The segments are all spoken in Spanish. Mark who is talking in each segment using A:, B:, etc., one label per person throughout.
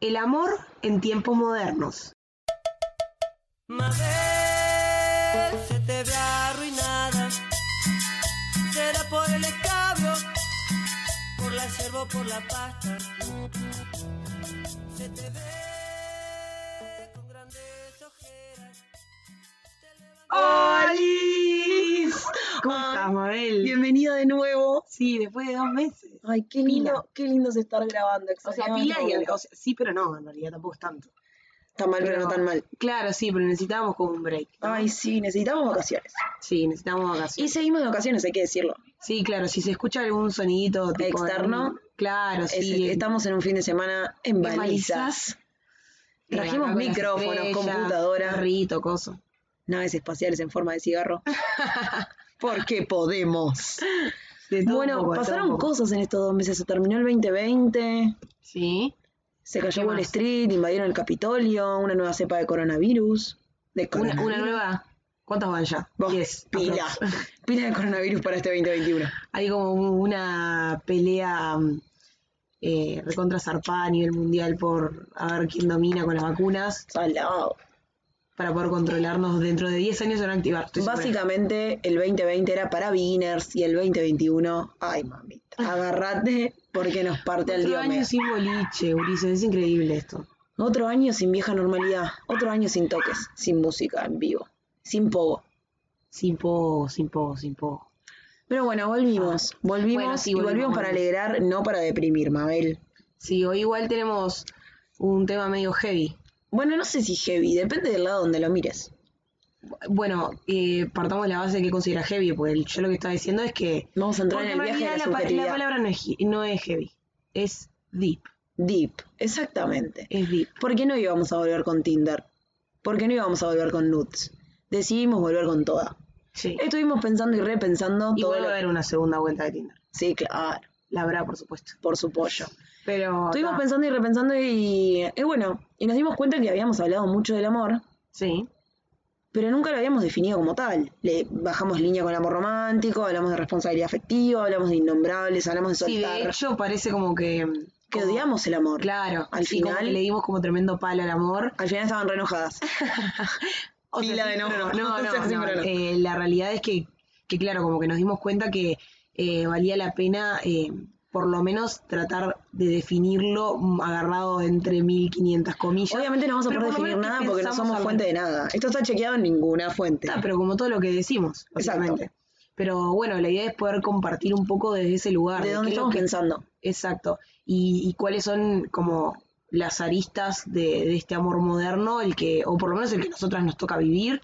A: El amor en tiempos modernos.
B: Mabel, se te ve arruinada. Será por el escabio, por la yerba o por la pasta. Se te ve con grandes ojeras.
A: ¡Olis! ¿Cómo estás, Mabel?
C: Bienvenido de nuevo.
A: Sí, después de dos meses.
C: Ay, qué lindo,
A: Pila.
C: qué lindo es estar grabando.
A: O sea,
C: extrañaba
A: pila
C: esta
A: y.
C: vuelta.
A: o sea, sí, pero no, en realidad tampoco es tanto.
C: Tan mal, pero no tan mal.
A: Claro, sí, pero necesitábamos como un break. ¿no?
C: Ay, sí, necesitamos vacaciones.
A: Sí, necesitamos
C: Y
A: vacaciones.
C: seguimos de vacaciones, hay que decirlo.
A: Sí, claro, si se escucha algún sonidito tipo
C: Externo.
A: algún- Claro,
C: Es-
A: sí.
C: estamos en un fin de semana en
A: En
C: balizas.
A: eh,
C: Trajimos
A: acá con las
C: micrófonos,
A: estrellas,
C: computadora.
A: Perrito, coso.
C: Naves espaciales en forma de cigarro. Porque podemos.
A: De todo un
C: Bueno,
A: poco, de todo un
C: pasaron
A: poco.
C: cosas en estos dos meses. Se terminó el 2020,
A: Sí.
C: se cayó
A: ¿Qué
C: Wall
A: más?
C: Street, invadieron el Capitolio, una nueva cepa de coronavirus. De
A: Una,
C: coronavirus.
A: una nueva. ¿Cuántas van ya?
C: Vos,
A: Diez,
C: pila.
A: aprox.
C: Pila de coronavirus para este 2021.
A: Hay como un- una pelea mm, eh, recontra zarpada a nivel mundial por a ver quién domina con las vacunas
C: Salado.
A: para poder controlarnos dentro de 10 años se van a activar. estoy segura.
C: Básicamente el 2020 era para beginners y el 2021, ay mamita, agarrate porque nos parte el
A: Ah. Otro
C: día
A: año sin boliche, Ulises, es increíble esto.
C: Otro año sin vieja normalidad, otro año sin toques, sin música en vivo, sin pogo.
A: Sin pogo, sin pogo, sin pogo.
C: Pero bueno, volvimos, volvimos
A: Ah, Bueno, sí,
C: y volvimos,
A: volvimos,
C: para
A: volvimos.
C: alegrar, no para deprimir, Mabel.
A: Sí, hoy igual tenemos un tema medio heavy.
C: Bueno, no sé si heavy, depende del lado donde lo mires.
A: Bueno, eh, partamos de la base de que considera heavy, porque el- yo lo que estaba diciendo es que...
C: Vamos a entrar
A: Porque
C: en el viaje de
A: realidad
C: la
A: la, pa- la
C: subjetividad.
A: palabra no es, he- no es heavy, es deep,
C: Deep, exactamente.
A: es deep.
C: ¿Por qué no íbamos a volver con Tinder? ¿Por qué no íbamos a volver con Nudes? Decidimos volver con toda.
A: Sí.
C: Estuvimos pensando y repensando
A: Y
C: todo
A: vuelve
C: lo-
A: a haber una segunda vuelta de Tinder.
C: Sí, claro,
A: La habrá, por supuesto.
C: por su pollo.
A: Pero.
C: Estuvimos
A: ta,
C: pensando y repensando y, eh, bueno, y nos dimos cuenta que habíamos hablado mucho del amor,
A: Sí.
C: pero nunca lo habíamos definido como tal. Le bajamos línea con el amor romántico, hablamos de responsabilidad afectiva, hablamos de innombrables, hablamos de
A: Sí,
C: soltar,
A: de hecho parece como que.
C: que
A: como-
C: odiamos el amor.
A: Claro.
C: Al
A: sí, como
C: final-
A: que le dimos como tremendo palo al amor.
C: Al final estaban re enojadas.
A: O sea,
C: Pila
A: sí,
C: de enojo.
A: pero No,
C: O
A: no,
C: sea, sí,
A: no,
C: pero no.
A: eh, la realidad es que, que, claro, como que nos dimos cuenta que eh, valía la pena. eh, por lo menos tratar de definirlo mm, agarrado entre 1500 comillas.
C: Obviamente no vamos a
A: Pero
C: poder
A: por lo
C: definir
A: menos que
C: nada porque no
A: pensamos
C: somos
A: al
C: fuente de nada. Esto está chequeado en ninguna fuente.
A: Está, pero como todo lo que decimos,
C: Exacto.
A: básicamente. Pero bueno, la idea es poder compartir un poco desde ese lugar.
C: ¿De
A: qué es lo
C: dónde estamos
A: que-
C: pensando?
A: Exacto. Y, y cuáles son como las aristas de, de este amor moderno, el que, o por lo menos el que nosotras nos toca vivir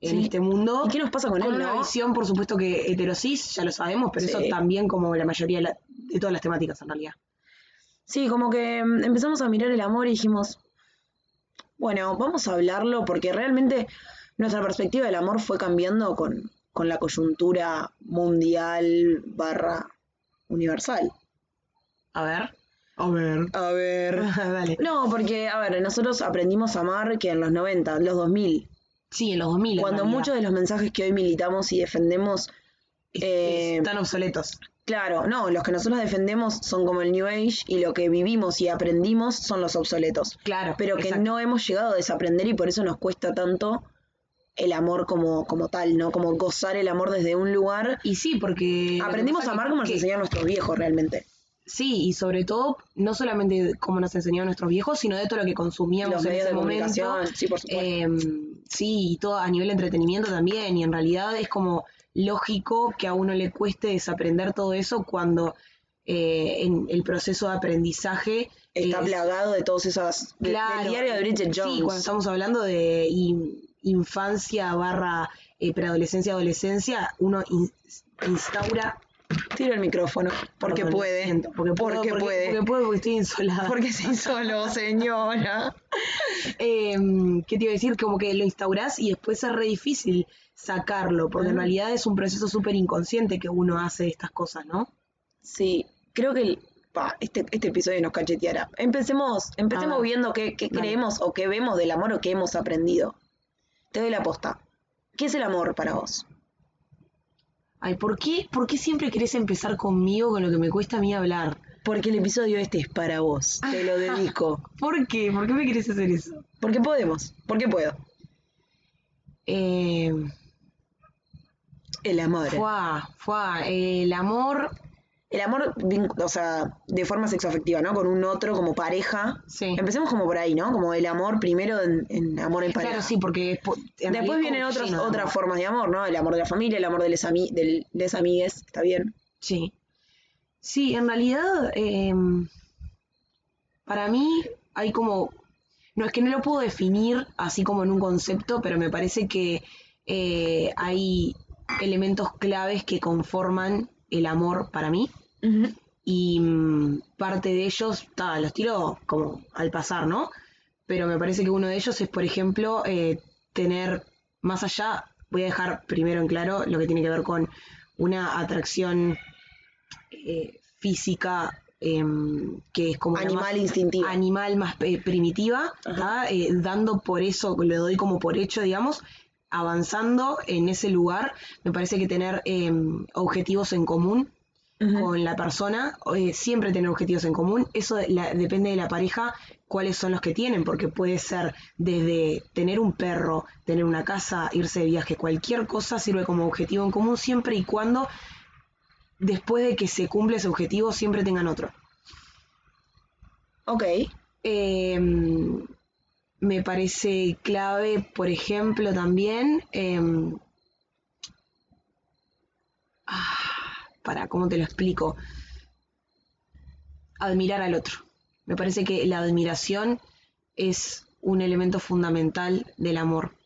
A: en
C: Sí.
A: este mundo.
C: ¿Y qué nos pasa con él,
A: una
C: no?
A: visión, por supuesto, que heterosis, ya lo sabemos, pero
C: Sí.
A: eso también como la mayoría de, la- de todas las temáticas en realidad.
C: Sí, como que mm, empezamos a mirar el amor y dijimos, bueno, vamos a hablarlo porque realmente nuestra perspectiva del amor fue cambiando con, con la coyuntura mundial barra universal.
A: A ver. A ver.
C: A ver.
A: Dale.
C: No, porque, a ver, nosotros aprendimos a amar que en los 90, en los 2000,
A: Sí, en los 2000. en
C: cuando
A: realidad.
C: muchos de los mensajes que hoy militamos y defendemos,
A: Es-
C: eh,
A: están obsoletos.
C: claro, no, los que nosotros defendemos son como el New Age y lo que vivimos y aprendimos son los obsoletos.
A: Claro.
C: pero que
A: exacto.
C: no hemos llegado a desaprender y por eso nos cuesta tanto el amor como, como tal, ¿no? Como gozar el amor desde un lugar.
A: Y sí, porque... lo que
C: Aprendimos
A: pasa
C: a
A: que-
C: amar como nos
A: que-
C: enseñaron nuestros viejos realmente.
A: Sí, y sobre todo, no solamente de cómo nos enseñaron nuestros viejos, sino de todo lo que consumíamos
C: Los
A: en
C: medios
A: ese
C: de
A: momento.
C: comunicación, sí, por supuesto.
A: Eh, sí, y todo a nivel de entretenimiento también. Y en realidad es como lógico que a uno le cueste desaprender todo eso cuando eh, en el proceso de aprendizaje
C: Está
A: es-
C: plagado de todas esas... de-
A: Claro.
C: del diario de Bridget Jones.
A: Sí, cuando estamos hablando de in- infancia barra eh, preadolescencia, adolescencia, uno in- instaura
C: Tiro el micrófono, porque
A: Perdón, lo
C: puede.
A: siento, porque,
C: porque,
A: puedo, porque,
C: puede.
A: porque puedo, porque estoy insolada.
C: Porque sí solo, señora.
A: Eh, ¿Qué te iba a decir? Como que lo instaurás y después es re difícil sacarlo, porque en
C: Ah.
A: realidad es un proceso súper inconsciente que uno hace estas cosas, ¿no?
C: Sí, creo que el- pa, este, este episodio nos cacheteará. Empecemos,
A: A
C: empecemos
A: ver.
C: viendo qué, qué
A: Dale.
C: creemos o qué vemos del amor o qué hemos aprendido. Te doy la posta. ¿Qué es el amor para vos?
A: Ay, ¿por qué, ¿por qué siempre querés empezar conmigo con lo que me cuesta a mí hablar?
C: Porque el episodio este es para vos. Te lo dedico.
A: ¿Por qué? ¿Por qué me querés hacer eso?
C: Porque podemos. Porque puedo.
A: Eh,
C: El amor.
A: fuá, fuá, el amor,
C: El amor, vin- o sea, de forma sexoafectiva, ¿no? Con un otro como pareja.
A: sí.
C: Empecemos como por ahí, ¿no? Como el amor primero en, en amor en pareja.
A: Claro, sí, porque es po- en realidad
C: Después
A: es
C: vienen
A: como
C: otras,
A: lleno de
C: otras
A: amor.
C: formas de amor, ¿no? El amor de la familia, el amor de les, ami- del- les amigues, está bien.
A: Sí. Sí, en realidad, em, para mí hay como, no es que no lo puedo definir así como en un concepto, pero me parece que eh, hay elementos claves que conforman el amor para mí y mm, parte de ellos, ta, los tiro como al pasar, ¿no? Pero me parece que uno de ellos es, por ejemplo, eh, tener más allá, voy a dejar primero en claro lo que tiene que ver con una atracción eh, física em, que es como la
C: Animal
A: más-
C: instintivo.
A: animal más eh, primitiva,
C: Ajá.
A: ¿tá? Eh, dando por eso, le doy como por hecho, digamos, avanzando en ese lugar, me parece que tener em, objetivos en común
C: Ujú.
A: con la persona, eh, siempre tener objetivos en común. Eso de- la- depende de la pareja, cuáles son los que tienen, porque puede ser desde tener un perro, tener una casa, irse de viaje, cualquier cosa sirve como objetivo en común siempre y cuando después de que se cumple ese objetivo siempre tengan otro.
C: Ok.
A: Eh, me parece clave, por ejemplo, también... em, para, ¿cómo te lo explico? Admirar al otro. Me parece que la admiración es un elemento fundamental del amor.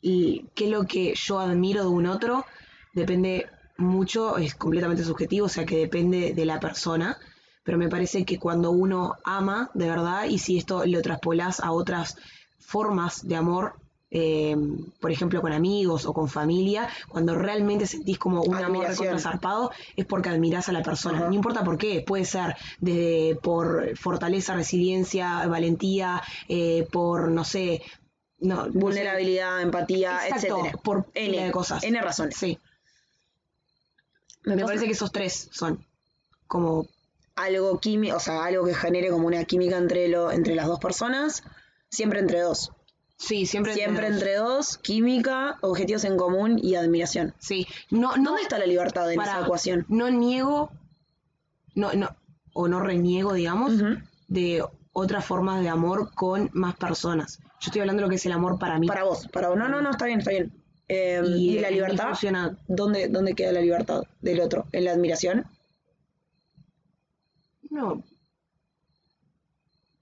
A: Y qué es lo que yo admiro de un otro depende mucho, es completamente subjetivo, o sea que depende de la persona, pero me parece que cuando uno ama de verdad y si esto lo traspolás a otras formas de amor, eh, por ejemplo con amigos o con familia, cuando realmente sentís como un amor
C: Admiración.
A: recontra zarpado, es porque admirás a la persona,
C: Ajá.
A: no importa por qué, puede ser desde por fortaleza, resiliencia, valentía, eh, por no sé, no, no sé.
C: Vulnerabilidad, empatía,
A: Exacto,
C: etcétera.
A: por
C: N
A: pila de cosas.
C: N razones.
A: Sí. Me parece que esos tres son como
C: algo químico, o sea, algo que genere como una química entre lo, entre las dos personas, siempre entre dos.
A: sí, siempre entre
C: Siempre
A: dos.
C: entre dos, química, objetivos en común y admiración.
A: Sí, no no
C: ¿Dónde está la libertad en
A: pará,
C: esa ecuación?
A: No niego no no o no reniego, digamos,
C: Ujú.
A: de otras formas de amor con más personas. Yo estoy hablando de lo que es el amor para mí.
C: Para vos, para vos. No, no, no, está bien, está bien. Eh,
A: Y,
C: y,
A: eh,
C: la
A: en mí
C: libertad?
A: funciona-
C: ¿Dónde, ¿Dónde queda la libertad del otro? ¿En la admiración?
A: No.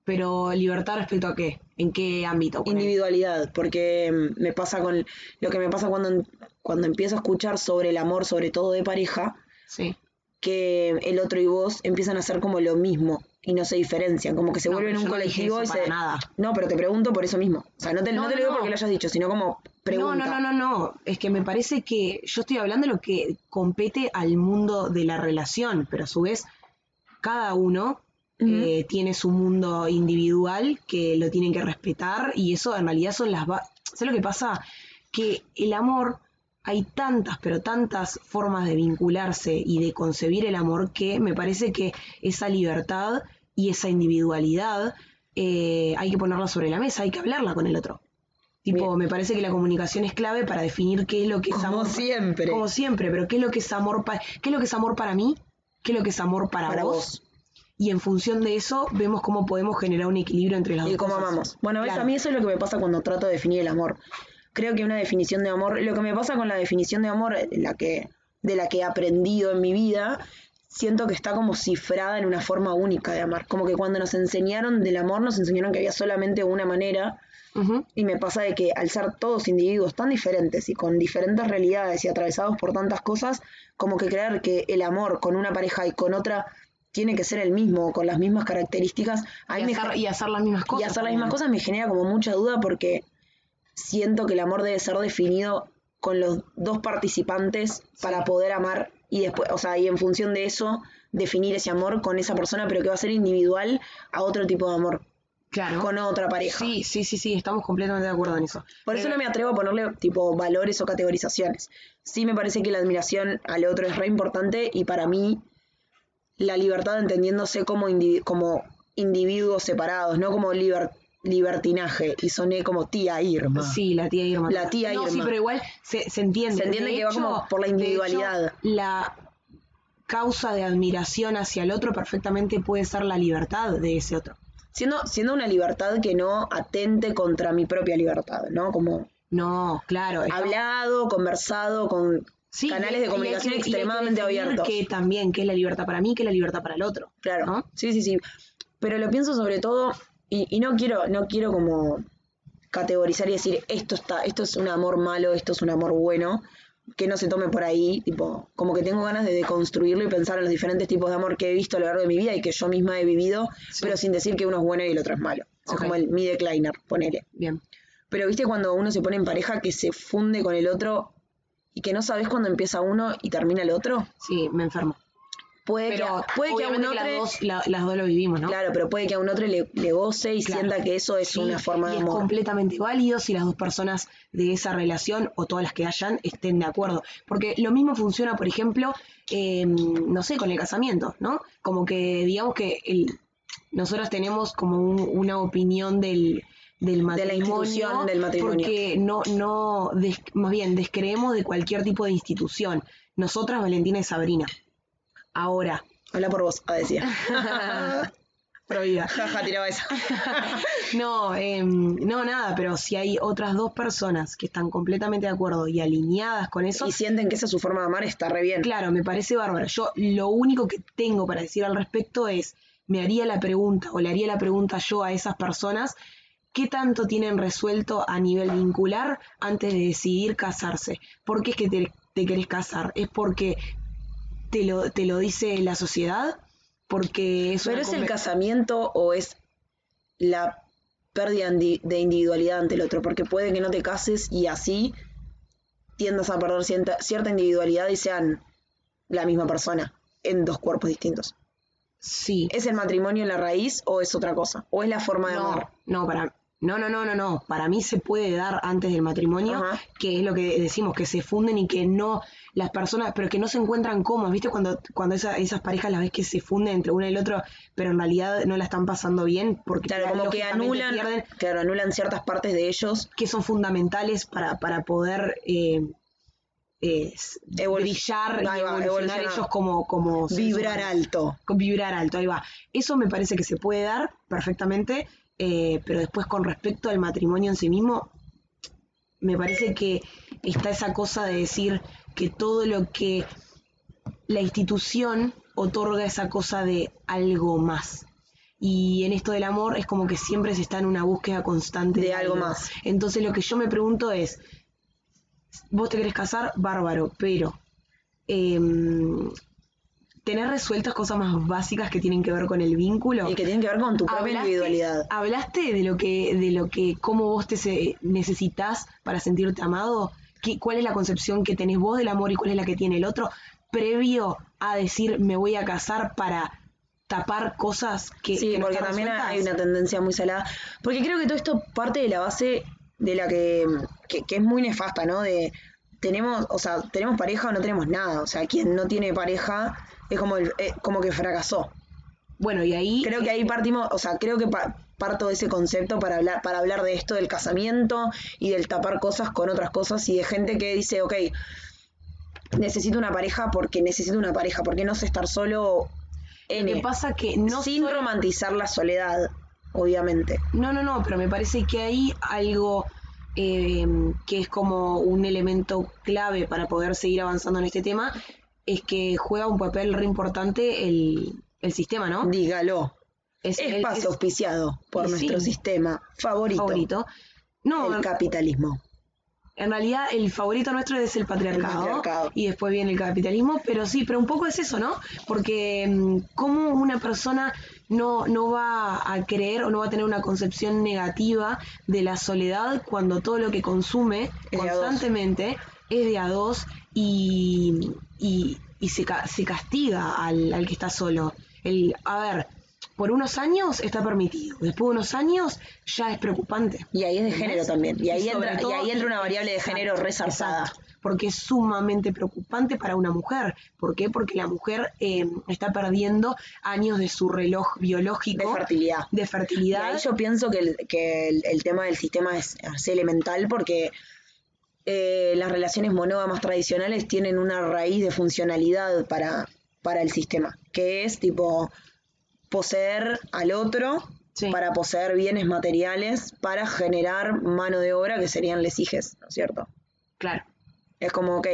A: Pero libertad respecto a qué? ¿En qué ámbito? Ponele.
C: individualidad, porque mm, me pasa con lo que me pasa cuando, cuando empiezo a escuchar sobre el amor, sobre todo de pareja,
A: Sí.
C: que el otro y vos empiezan a hacer como lo mismo y no se diferencian, como que se
A: No,
C: vuelven
A: pero
C: un
A: yo no dije
C: colectivo
A: eso
C: y
A: para
C: se
A: nada.
C: No, pero te pregunto por eso mismo. O sea, no te, no
A: No,
C: te
A: no,
C: lo digo
A: no.
C: porque lo hayas dicho, sino como pregunta.
A: No, no, no, no, no. Es que me parece que yo estoy hablando de lo que compete al mundo de la relación, pero a su vez cada uno
C: Ujú.
A: eh, tiene su mundo individual que lo tienen que respetar y eso en realidad son las... ba- ¿Sabes lo que pasa? Que el amor, hay tantas, pero tantas formas de vincularse y de concebir el amor que me parece que esa libertad y esa individualidad eh, hay que ponerla sobre la mesa, hay que hablarla con el otro. Tipo,
C: Bien.
A: me parece que la comunicación es clave para definir qué es lo que es
C: Como
A: amor.
C: siempre.
A: Como siempre, pero qué es lo que es amor para qué es lo que es amor para mí, qué es lo que es amor para,
C: Para
A: vos?
C: vos.
A: Y en función de eso vemos cómo podemos generar un equilibrio entre las
C: y
A: dos
C: cómo
A: cosas.
C: amamos. Bueno, ¿ves?
A: Claro.
C: a mí eso es lo que me pasa cuando trato de definir el amor. Creo que una definición de amor, lo que me pasa con la definición de amor, eh, la que, de la que he aprendido en mi vida, siento que está como cifrada en una forma única de amar. Como que cuando nos enseñaron del amor, nos enseñaron que había solamente una manera.
A: Ujú.
C: Y me pasa de que al ser todos individuos tan diferentes y con diferentes realidades y atravesados por tantas cosas, como que creer que el amor con una pareja y con otra tiene que ser el mismo, o con las mismas características, ahí
A: y,
C: me,
A: hacer, y hacer las mismas cosas.
C: y hacer las
A: también.
C: mismas cosas me genera como mucha duda porque siento que el amor debe ser definido con los dos participantes para poder amar y después, o sea, y en función de eso definir ese amor con esa persona, pero que va a ser individual a otro tipo de amor,
A: Claro.
C: con otra pareja.
A: Sí, sí, sí, sí, estamos completamente de acuerdo en eso.
C: Por eso
A: Pero-
C: no me atrevo a ponerle tipo valores o categorizaciones. Sí me parece que la admiración al otro es re importante y para mí la libertad entendiéndose como, indivi- como individuos separados, no como liber- libertinaje. Y soné como tía Irma.
A: Sí, la tía Irma.
C: La tía
A: No,
C: Irma.
A: sí, pero igual se, se entiende.
C: Se entiende
A: De
C: que va como por la
A: de hecho,
C: individualidad.
A: la causa de admiración hacia el otro perfectamente puede ser la libertad de ese otro.
C: Siendo, siendo una libertad que no atente contra mi propia libertad, ¿no? Como
A: No, claro. estamos-
C: hablado, conversado con
A: Sí, y-
C: canales
A: y
C: de
A: hay
C: comunicación
A: que- y hay que
C: extremadamente
A: definir
C: abiertos.
A: Que también, que es la libertad para mí, que es la libertad para el otro.
C: Claro,
A: ¿no?
C: sí, sí, sí. Pero lo pienso sobre todo, y, y no quiero, no quiero como categorizar y decir esto está, esto es un amor malo, esto es un amor bueno, que no se tome por ahí, tipo, como que tengo ganas de deconstruirlo y pensar en los diferentes tipos de amor que he visto a lo largo de mi vida y que yo misma he vivido,
A: Sí.
C: pero sin decir que uno es bueno y el otro es malo. O sea,
A: Ok.
C: como el mi decliner, ponele.
A: Bien.
C: Pero viste cuando uno se pone en pareja que se funde con el otro y que no sabes cuándo empieza uno y termina el otro,
A: Sí, me enfermo.
C: puede
A: Pero
C: que, puede que a un
A: obviamente que
C: otro...
A: las, dos, la- las dos lo vivimos, ¿no?
C: Claro, pero puede que a un otro le, le goce y
A: Claro.
C: sienta que eso es
A: Sí,
C: una forma
A: y
C: de
A: es
C: amor.
A: completamente válido si las dos personas de esa relación o todas las que hayan estén de acuerdo. Porque lo mismo funciona, por ejemplo, eh, no sé, con el casamiento, ¿no? Como que digamos que el, nosotros tenemos como un- una opinión del, del
C: la
A: matrimonio.
C: institución del matrimonio.
A: Porque no, no, des- más bien, descreemos de cualquier tipo de institución. Nosotras, Valentina y Sabrina. Ahora,
C: Habla por vos, ah, decía.
A: prohibida.
C: Jaja, tiraba esa.
A: No, em, no, nada, pero si hay otras dos personas que están completamente de acuerdo y alineadas con eso,
C: Y sienten que esa es su forma de amar, está re bien.
A: claro, me parece bárbaro. Yo lo único que tengo para decir al respecto es, me haría la pregunta o le haría la pregunta yo a esas personas, ¿qué tanto tienen resuelto a nivel vincular antes de decidir casarse? ¿Por qué es que te, te querés casar? ¿Es porque te lo, te lo dice la sociedad? Porque es
C: Pero
A: una
C: es el
A: conven-
C: casamiento o es la pérdida indi- de individualidad ante el otro, porque puede que no te cases y así tiendas a perder cierta, cierta individualidad y sean la misma persona en dos cuerpos distintos.
A: Sí.
C: ¿Es el matrimonio la raíz o es otra cosa? ¿O es la forma de amar?
A: No, no, para, no, no, no, no, no. Para mí se puede dar antes del matrimonio,
C: Ajá.
A: que es lo que decimos, que se funden y que no, las personas, pero que no se encuentran cómodas, ¿viste? Cuando, cuando esa- esas parejas las ves que se funden entre uno y el otro, pero en realidad no la están pasando bien, porque
C: Claro, como que
A: lógicamente
C: anulan,
A: pierden,
C: claro, anulan ciertas partes de ellos
A: que son fundamentales para, para poder eh, eh, s-
C: Evol-
A: brillar y
C: Ahí va,
A: evolucionar,
C: evolucionar.
A: ellos como, como seres
C: vibrar
A: humanos
C: alto.
A: con vibrar alto, ahí va. Eso me parece que se puede dar perfectamente, eh, pero después con respecto al matrimonio en sí mismo, me parece que está esa cosa de decir que todo lo que la institución otorga esa cosa de algo más. Y en esto del amor es como que siempre se está en una búsqueda constante
C: De algo más.
A: Entonces lo que yo me pregunto es, vos te querés casar, bárbaro, pero em, tener resueltas cosas más básicas que tienen que ver con el vínculo.
C: Y que tienen que ver con tu propia
A: Hablaste-
C: individualidad.
A: Hablaste de lo que, de lo que, cómo vos te se- necesitas para sentirte amado. ¿Qué- ¿Cuál es la concepción que tenés vos del amor y cuál es la que tiene el otro? Previo a decir me voy a casar para tapar cosas que,
C: Sí,
A: que no
C: porque
A: están
C: también
A: resueltas.
C: hay una tendencia muy salada. Porque creo que todo esto parte de la base de la que, que, que es muy nefasta, ¿no? De tenemos, o sea, tenemos pareja o no tenemos nada. O sea, quien no tiene pareja es como, el- eh, como que fracasó.
A: Bueno, y ahí
C: Creo que ahí partimos, o sea, creo que pa- parto de ese concepto para hablar, para hablar de esto del casamiento y del tapar cosas con otras cosas y de gente que dice, ok, necesito una pareja porque necesito una pareja, porque no sé estar solo
A: lo que
C: N.
A: pasa que no
C: sin
A: solo-
C: romantizar la soledad, obviamente.
A: No, no, no, pero me parece que hay algo eh, que es como un elemento clave para poder seguir avanzando en este tema, es que juega un papel re importante el, el sistema, ¿no?
C: Dígalo.
A: Es, el-
C: Espacio
A: es
C: auspiciado por
A: y
C: nuestro
A: sí.
C: sistema favorito,
A: favorito. No,
C: el
A: en,
C: capitalismo.
A: en realidad el favorito nuestro es el patriarcado,
C: El patriarcado.
A: y después viene el capitalismo, pero sí, pero un poco es eso, ¿no? Porque mm, cómo una persona no, no va a creer o no va a tener una concepción negativa de la soledad cuando todo lo que consume
C: de a dos.
A: constantemente es de a dos y, y- y se, ca- se castiga al, al que está solo. El, a ver, por unos años está permitido, después de unos años ya es preocupante.
C: Y ahí es de género también. Y ahí,
A: sobre
C: entra, y
A: todo-
C: ahí entra una variable de
A: Exacto,
C: género resaltada
A: exacto. porque es sumamente preocupante para una mujer. ¿Por qué? Porque la mujer eh, está perdiendo años de su reloj biológico.
C: De fertilidad.
A: De
C: Y
A: fertilidad.
C: ahí yo pienso que el, que el, el tema del sistema es, es elemental porque eh, las relaciones monógamas tradicionales tienen una raíz de funcionalidad para, para el sistema, que es tipo poseer al otro
A: Sí.
C: para poseer bienes materiales para generar mano de obra que serían lesijes, ¿no es cierto?
A: Claro.
C: Es como, ok,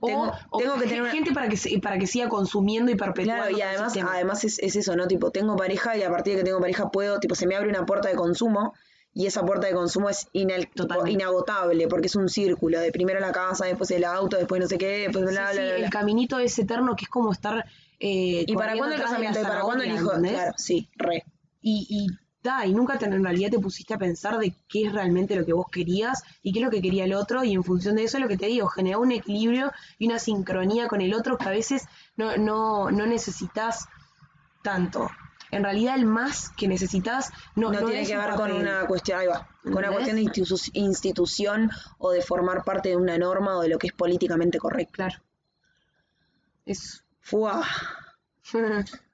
A: O,
C: tengo,
A: o
C: tengo que tener una-
A: gente para que, se- para que siga consumiendo y perpetuando.
C: Claro, y
A: el
C: además,
A: sistema.
C: además es, es eso, ¿no? Tipo, tengo pareja y a partir de que tengo pareja puedo, tipo, se me abre una puerta de consumo y esa puerta de consumo es inal- tipo,
A: Totalmente.
C: inagotable porque es un círculo de primero la casa, después el auto, después no sé qué, después
A: Sí,
C: bla, bla,
A: sí,
C: bla, bla.
A: el caminito es eterno, que es como estar. eh,
C: ¿Y para
A: corriendo
C: cuándo el
A: atrás de la
C: casamiento? ¿Y para cuándo el
A: zanahoria,
C: hijo?
A: ¿entendés?
C: Claro, sí, re.
A: y, y, ta, y nunca te- en realidad te pusiste a pensar de qué es realmente lo que vos querías y qué es lo que quería el otro y en función de eso lo que te digo, generar un equilibrio y una sincronía con el otro que a veces no, no, no necesitas tanto. En realidad el más que necesitas no,
C: No,
A: no
C: tiene
A: es
C: que
A: un
C: ver con
A: papel.
C: una cuestión, ahí va, con una
A: ¿Entendés?
C: cuestión de institu- institución o de formar parte de una norma o de lo que es políticamente correcto.
A: Claro. Eso.
C: Fua,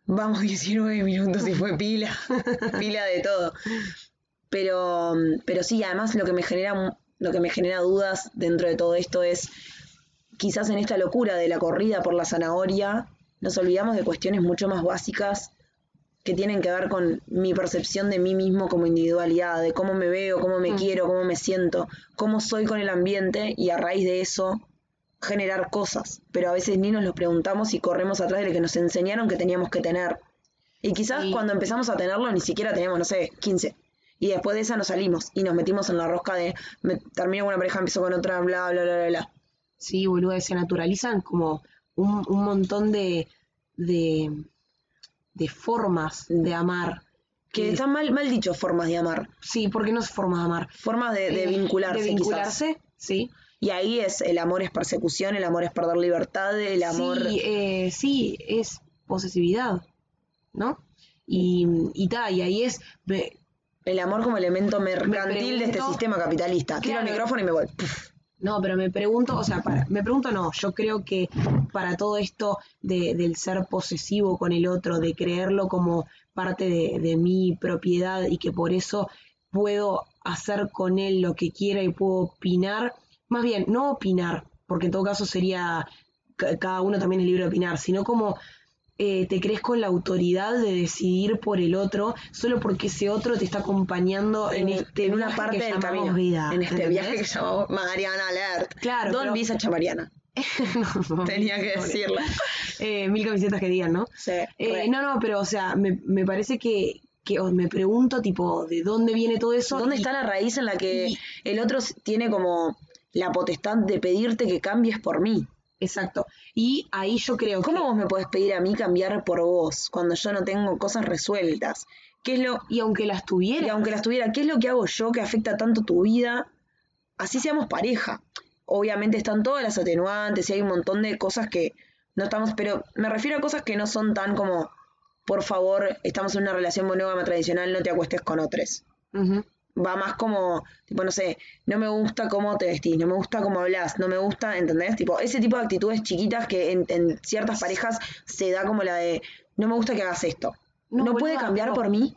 C: Vamos 19 minutos y fue pila, pila de todo. Pero, pero sí, además lo que me genera mu- lo que me genera dudas dentro de todo esto es quizás en esta locura de la corrida por la zanahoria nos olvidamos de cuestiones mucho más básicas que tienen que ver con mi percepción de mí mismo como individualidad, de cómo me veo, cómo me
A: Mm.
C: quiero, cómo me siento, cómo soy con el ambiente y a raíz de eso generar cosas, pero a veces ni nos los preguntamos y corremos atrás de lo que nos enseñaron que teníamos que tener. Y quizás
A: Sí.
C: cuando empezamos a tenerlo ni siquiera teníamos, no sé, 15. Y después de esa nos salimos y nos metimos en la rosca de me, termino con una pareja, empiezo con otra, bla, bla, bla, bla, bla.
A: Sí, boluda, se naturalizan como un, un montón de, de, de formas de amar.
C: Que
A: que
C: están mal, mal dicho formas de amar,
A: Sí, porque no es forma de amar.
C: formas de, de
A: Eh,
C: vincularse.
A: De vincularse, sí.
C: quizás. Y ahí es el amor es persecución, el amor es perder libertad, el amor...
A: Sí, eh, sí, es posesividad, ¿no? Y, y ta, y ahí es, ve,
C: El amor como elemento mercantil de este
A: pregunto-
C: sistema capitalista. Tiro el
A: Claro.
C: micrófono y me voy. Puf.
A: No, pero me pregunto, o sea, para- me pregunto no, yo creo que para todo esto de- del ser posesivo con el otro, de creerlo como parte de, de mi propiedad y que por eso puedo hacer con él lo que quiera y puedo opinar, más bien, no opinar, porque en todo caso sería, ca- cada uno también es libre de opinar, sino como eh, te crees con la autoridad de decidir por el otro solo porque ese otro te está acompañando en, este
C: en una
A: viaje
C: parte
A: que
C: del
A: llamamos
C: camino,
A: vida,
C: en este
A: ¿entendés?
C: viaje que llamamos Mariana Alert.
A: Claro,
C: Don
A: pero-
C: Visa Chamariana,
A: No, no,
C: tenía
A: no,
C: que
A: no.
C: decirlo.
A: Eh, mil camisetas que digan, ¿no?
C: Sí,
A: Eh,
C: re.
A: no, no, pero o sea, me, me parece que, que o me pregunto tipo, ¿de dónde viene todo eso?
C: ¿Dónde
A: Y-
C: está la raíz en la que
A: y-
C: el otro s- tiene como la potestad de pedirte que cambies por mí?
A: Exacto. Y ahí yo creo que-
C: ¿Cómo vos me podés pedir a mí cambiar por vos cuando yo no tengo cosas resueltas? ¿Qué es lo
A: Y aunque las tuviera,
C: y aunque las tuviera, ¿qué es lo que hago yo que afecta tanto tu vida? Así seamos pareja. Obviamente están todas las atenuantes y hay un montón de cosas que no estamos, pero me refiero a cosas que no son tan como, por favor, estamos en una relación monógama tradicional, no te acuestes con otros.
A: Ujú.
C: Va más como, tipo, no sé, no me gusta cómo te vestís, no me gusta cómo hablas, no me gusta, ¿entendés? Tipo, ese tipo de actitudes chiquitas que en, en ciertas parejas se da como la de, no me gusta que hagas esto.
A: No,
C: ¿No, puede
A: boluda,
C: cambiar
A: no.
C: por mí?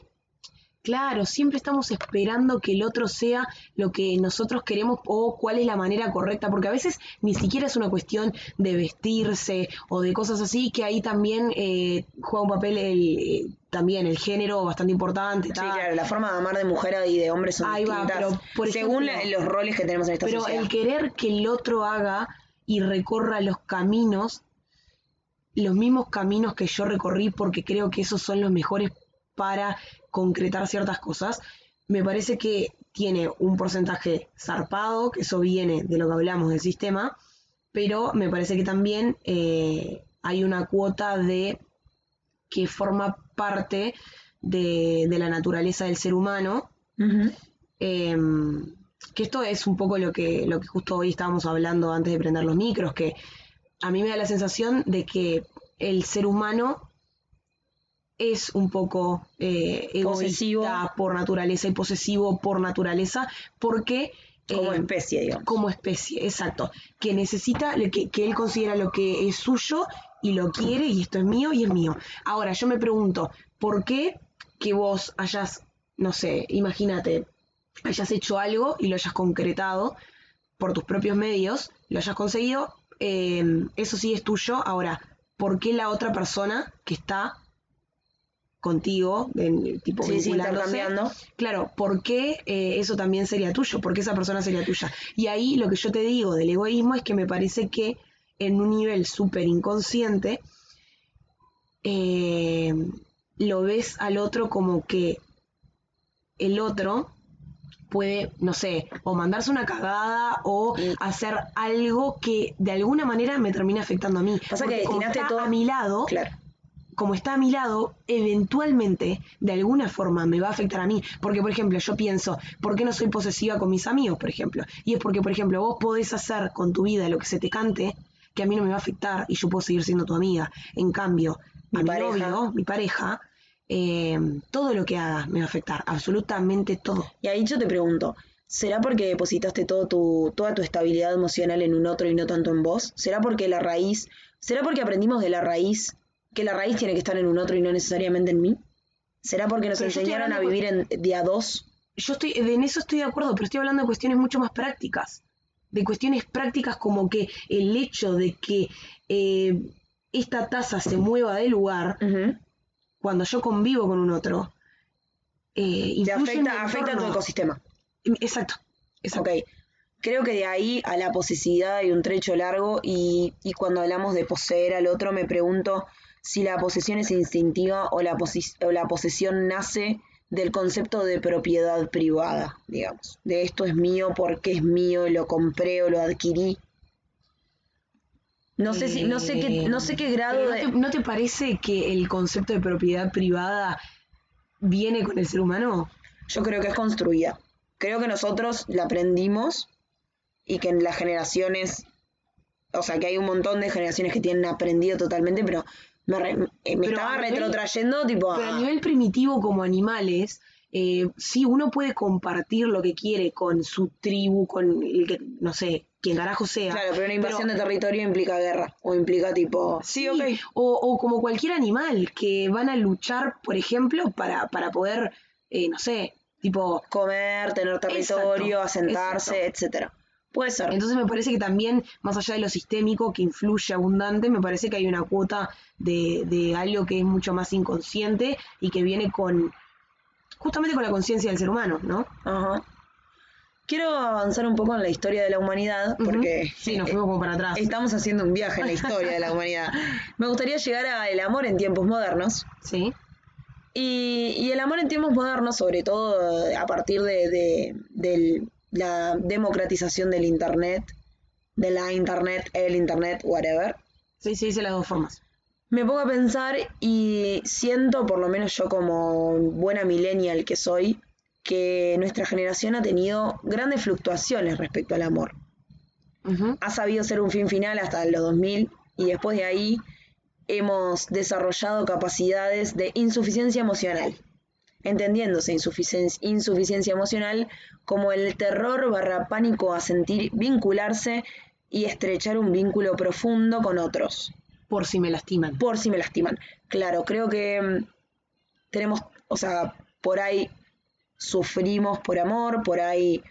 A: Claro, siempre estamos esperando que el otro sea lo que nosotros queremos o cuál es la manera correcta, porque a veces ni siquiera es una cuestión de vestirse o de cosas así, que ahí también eh, juega un papel el, eh, también el género bastante importante.
C: Sí,
A: ta.
C: claro, la forma de amar de mujer y de hombre son
A: Ahí va,
C: distintas.
A: pero, por
C: según
A: ejemplo-
C: la- los roles que tenemos en esta
A: Pero
C: sociedad.
A: el querer que el otro haga y recorra los caminos, los mismos caminos que yo recorrí porque creo que esos son los mejores para concretar ciertas cosas, me parece que tiene un porcentaje zarpado, que eso viene de lo que hablamos del sistema, pero me parece que también eh, hay una cuota de que forma parte de, de la naturaleza del ser humano,
C: Ujú.
A: eh, que esto es un poco lo que, lo que justo hoy estábamos hablando antes de prender los micros, que a mí me da la sensación de que el ser humano es un poco eh, egoísta
C: Posesivo.
A: por naturaleza y posesivo por naturaleza, porque
C: Como
A: eh,
C: especie, digamos.
A: como especie, exacto, que necesita, lo que, que él considera lo que es suyo y lo quiere y esto es mío y es mío. Ahora, yo me pregunto, ¿por qué que vos hayas, no sé, imagínate, hayas hecho algo y lo hayas concretado por tus propios medios, lo hayas conseguido, eh, eso sí es tuyo. Ahora, ¿por qué la otra persona que está contigo, en- tipo
C: Sí, sí,
A: vinculándose,
C: intercambiando.
A: Claro, ¿por qué eh, eso también sería tuyo? ¿Por qué esa persona sería tuya? Y ahí lo que yo te digo del egoísmo es que me parece que en un nivel súper inconsciente eh, lo ves al otro como que el otro puede, no sé, o mandarse una cagada o
C: Mm.
A: hacer algo que de alguna manera me termina afectando a mí.
C: Pasa que
A: Porque como
C: destinaste
A: está
C: todo-
A: a mi lado,
C: Claro.
A: como está a mi lado, eventualmente, de alguna forma, me va a afectar a mí. Porque, por ejemplo, yo pienso, ¿por qué no soy posesiva con mis amigos, por ejemplo? Y es porque, por ejemplo, vos podés hacer con tu vida lo que se te cante, que a mí no me va a afectar y yo puedo seguir siendo tu amiga. En cambio,
C: Mi
A: a mi
C: pareja.
A: novio, mi pareja, eh, todo lo que haga me va a afectar, absolutamente todo.
C: Y ahí yo te pregunto, ¿será porque depositaste todo tu, toda tu estabilidad emocional en un otro y no tanto en vos? ¿Será porque la raíz, será porque aprendimos de la raíz que la raíz tiene que estar en un otro y no necesariamente en mí? ¿Será porque nos
A: Pero yo estoy
C: enseñaron a
A: hablando
C: vivir en día dos?
A: yo estoy, en eso estoy de acuerdo, pero estoy hablando de cuestiones mucho más prácticas, de cuestiones prácticas como que el hecho de que eh, esta taza se mueva de lugar
C: Ujú.
A: cuando yo convivo con un otro, eh,
C: Te
A: influye en mi
C: afecta, afecta a tu
A: entorno.
C: ecosistema.
A: Exacto, exacto.
C: Ok. Creo que de ahí a la posesividad hay un trecho largo y, y cuando hablamos de poseer al otro me pregunto si la posesión es instintiva o la, posi- o la posesión nace del concepto de propiedad privada, digamos. De esto es mío porque es mío, lo compré o lo adquirí. No sé si, no sé qué, no sé qué
A: Eh, Pero
C: grado
A: ¿no
C: de...
A: te- ¿No te parece que el concepto de propiedad privada viene con el ser humano?
C: Yo creo que es construida. Creo que nosotros la aprendimos y que en las generaciones, o sea, que hay un montón de generaciones que tienen aprendido totalmente, pero me, re- eh, me
A: Pero
C: estaba
A: a nivel-
C: retrotrayendo, tipo,
A: Pero
C: ah,
A: a nivel primitivo, como animales, eh, sí, uno puede compartir lo que quiere con su tribu, con el que, no sé, quien carajo sea.
C: claro, pero una invasión
A: pero-
C: de territorio implica guerra o implica tipo,
A: Sí, o, o como cualquier animal que van a luchar, por ejemplo, para, para poder, eh, no sé, tipo...
C: comer, tener territorio,
A: Exacto,
C: asentarse, etcétera. Puede ser.
A: Entonces me parece que también, más allá de lo sistémico que influye abundante, me parece que hay una cuota de, de algo que es mucho más inconsciente y que viene con justamente con la conciencia del ser humano, ¿no?
C: Ajá. Quiero avanzar un poco en la historia de la humanidad porque eh,
A: Ujú. Sí, nos fuimos como para atrás.
C: estamos haciendo un viaje en la historia de la humanidad. Me gustaría llegar al amor en tiempos modernos.
A: Sí.
C: Y, y el amor en tiempos modernos, sobre todo eh, a partir de, de- del- la democratización del Internet, de la Internet, el Internet, whatever,
A: Sí, se dice las dos formas.
C: me pongo a pensar y siento, por lo menos yo como buena millennial que soy, que nuestra generación ha tenido grandes fluctuaciones respecto al amor.
A: Ujú.
C: Ha sabido ser un fin final hasta los 2000 y después de ahí hemos desarrollado capacidades de insuficiencia emocional, entendiéndose insuficien- insuficiencia emocional como el terror barra pánico a sentir vincularse y estrechar un vínculo profundo con otros,
A: Por si me lastiman.
C: por si me lastiman. Claro, creo que mm, tenemos, o sea, por ahí sufrimos por amor, por ahí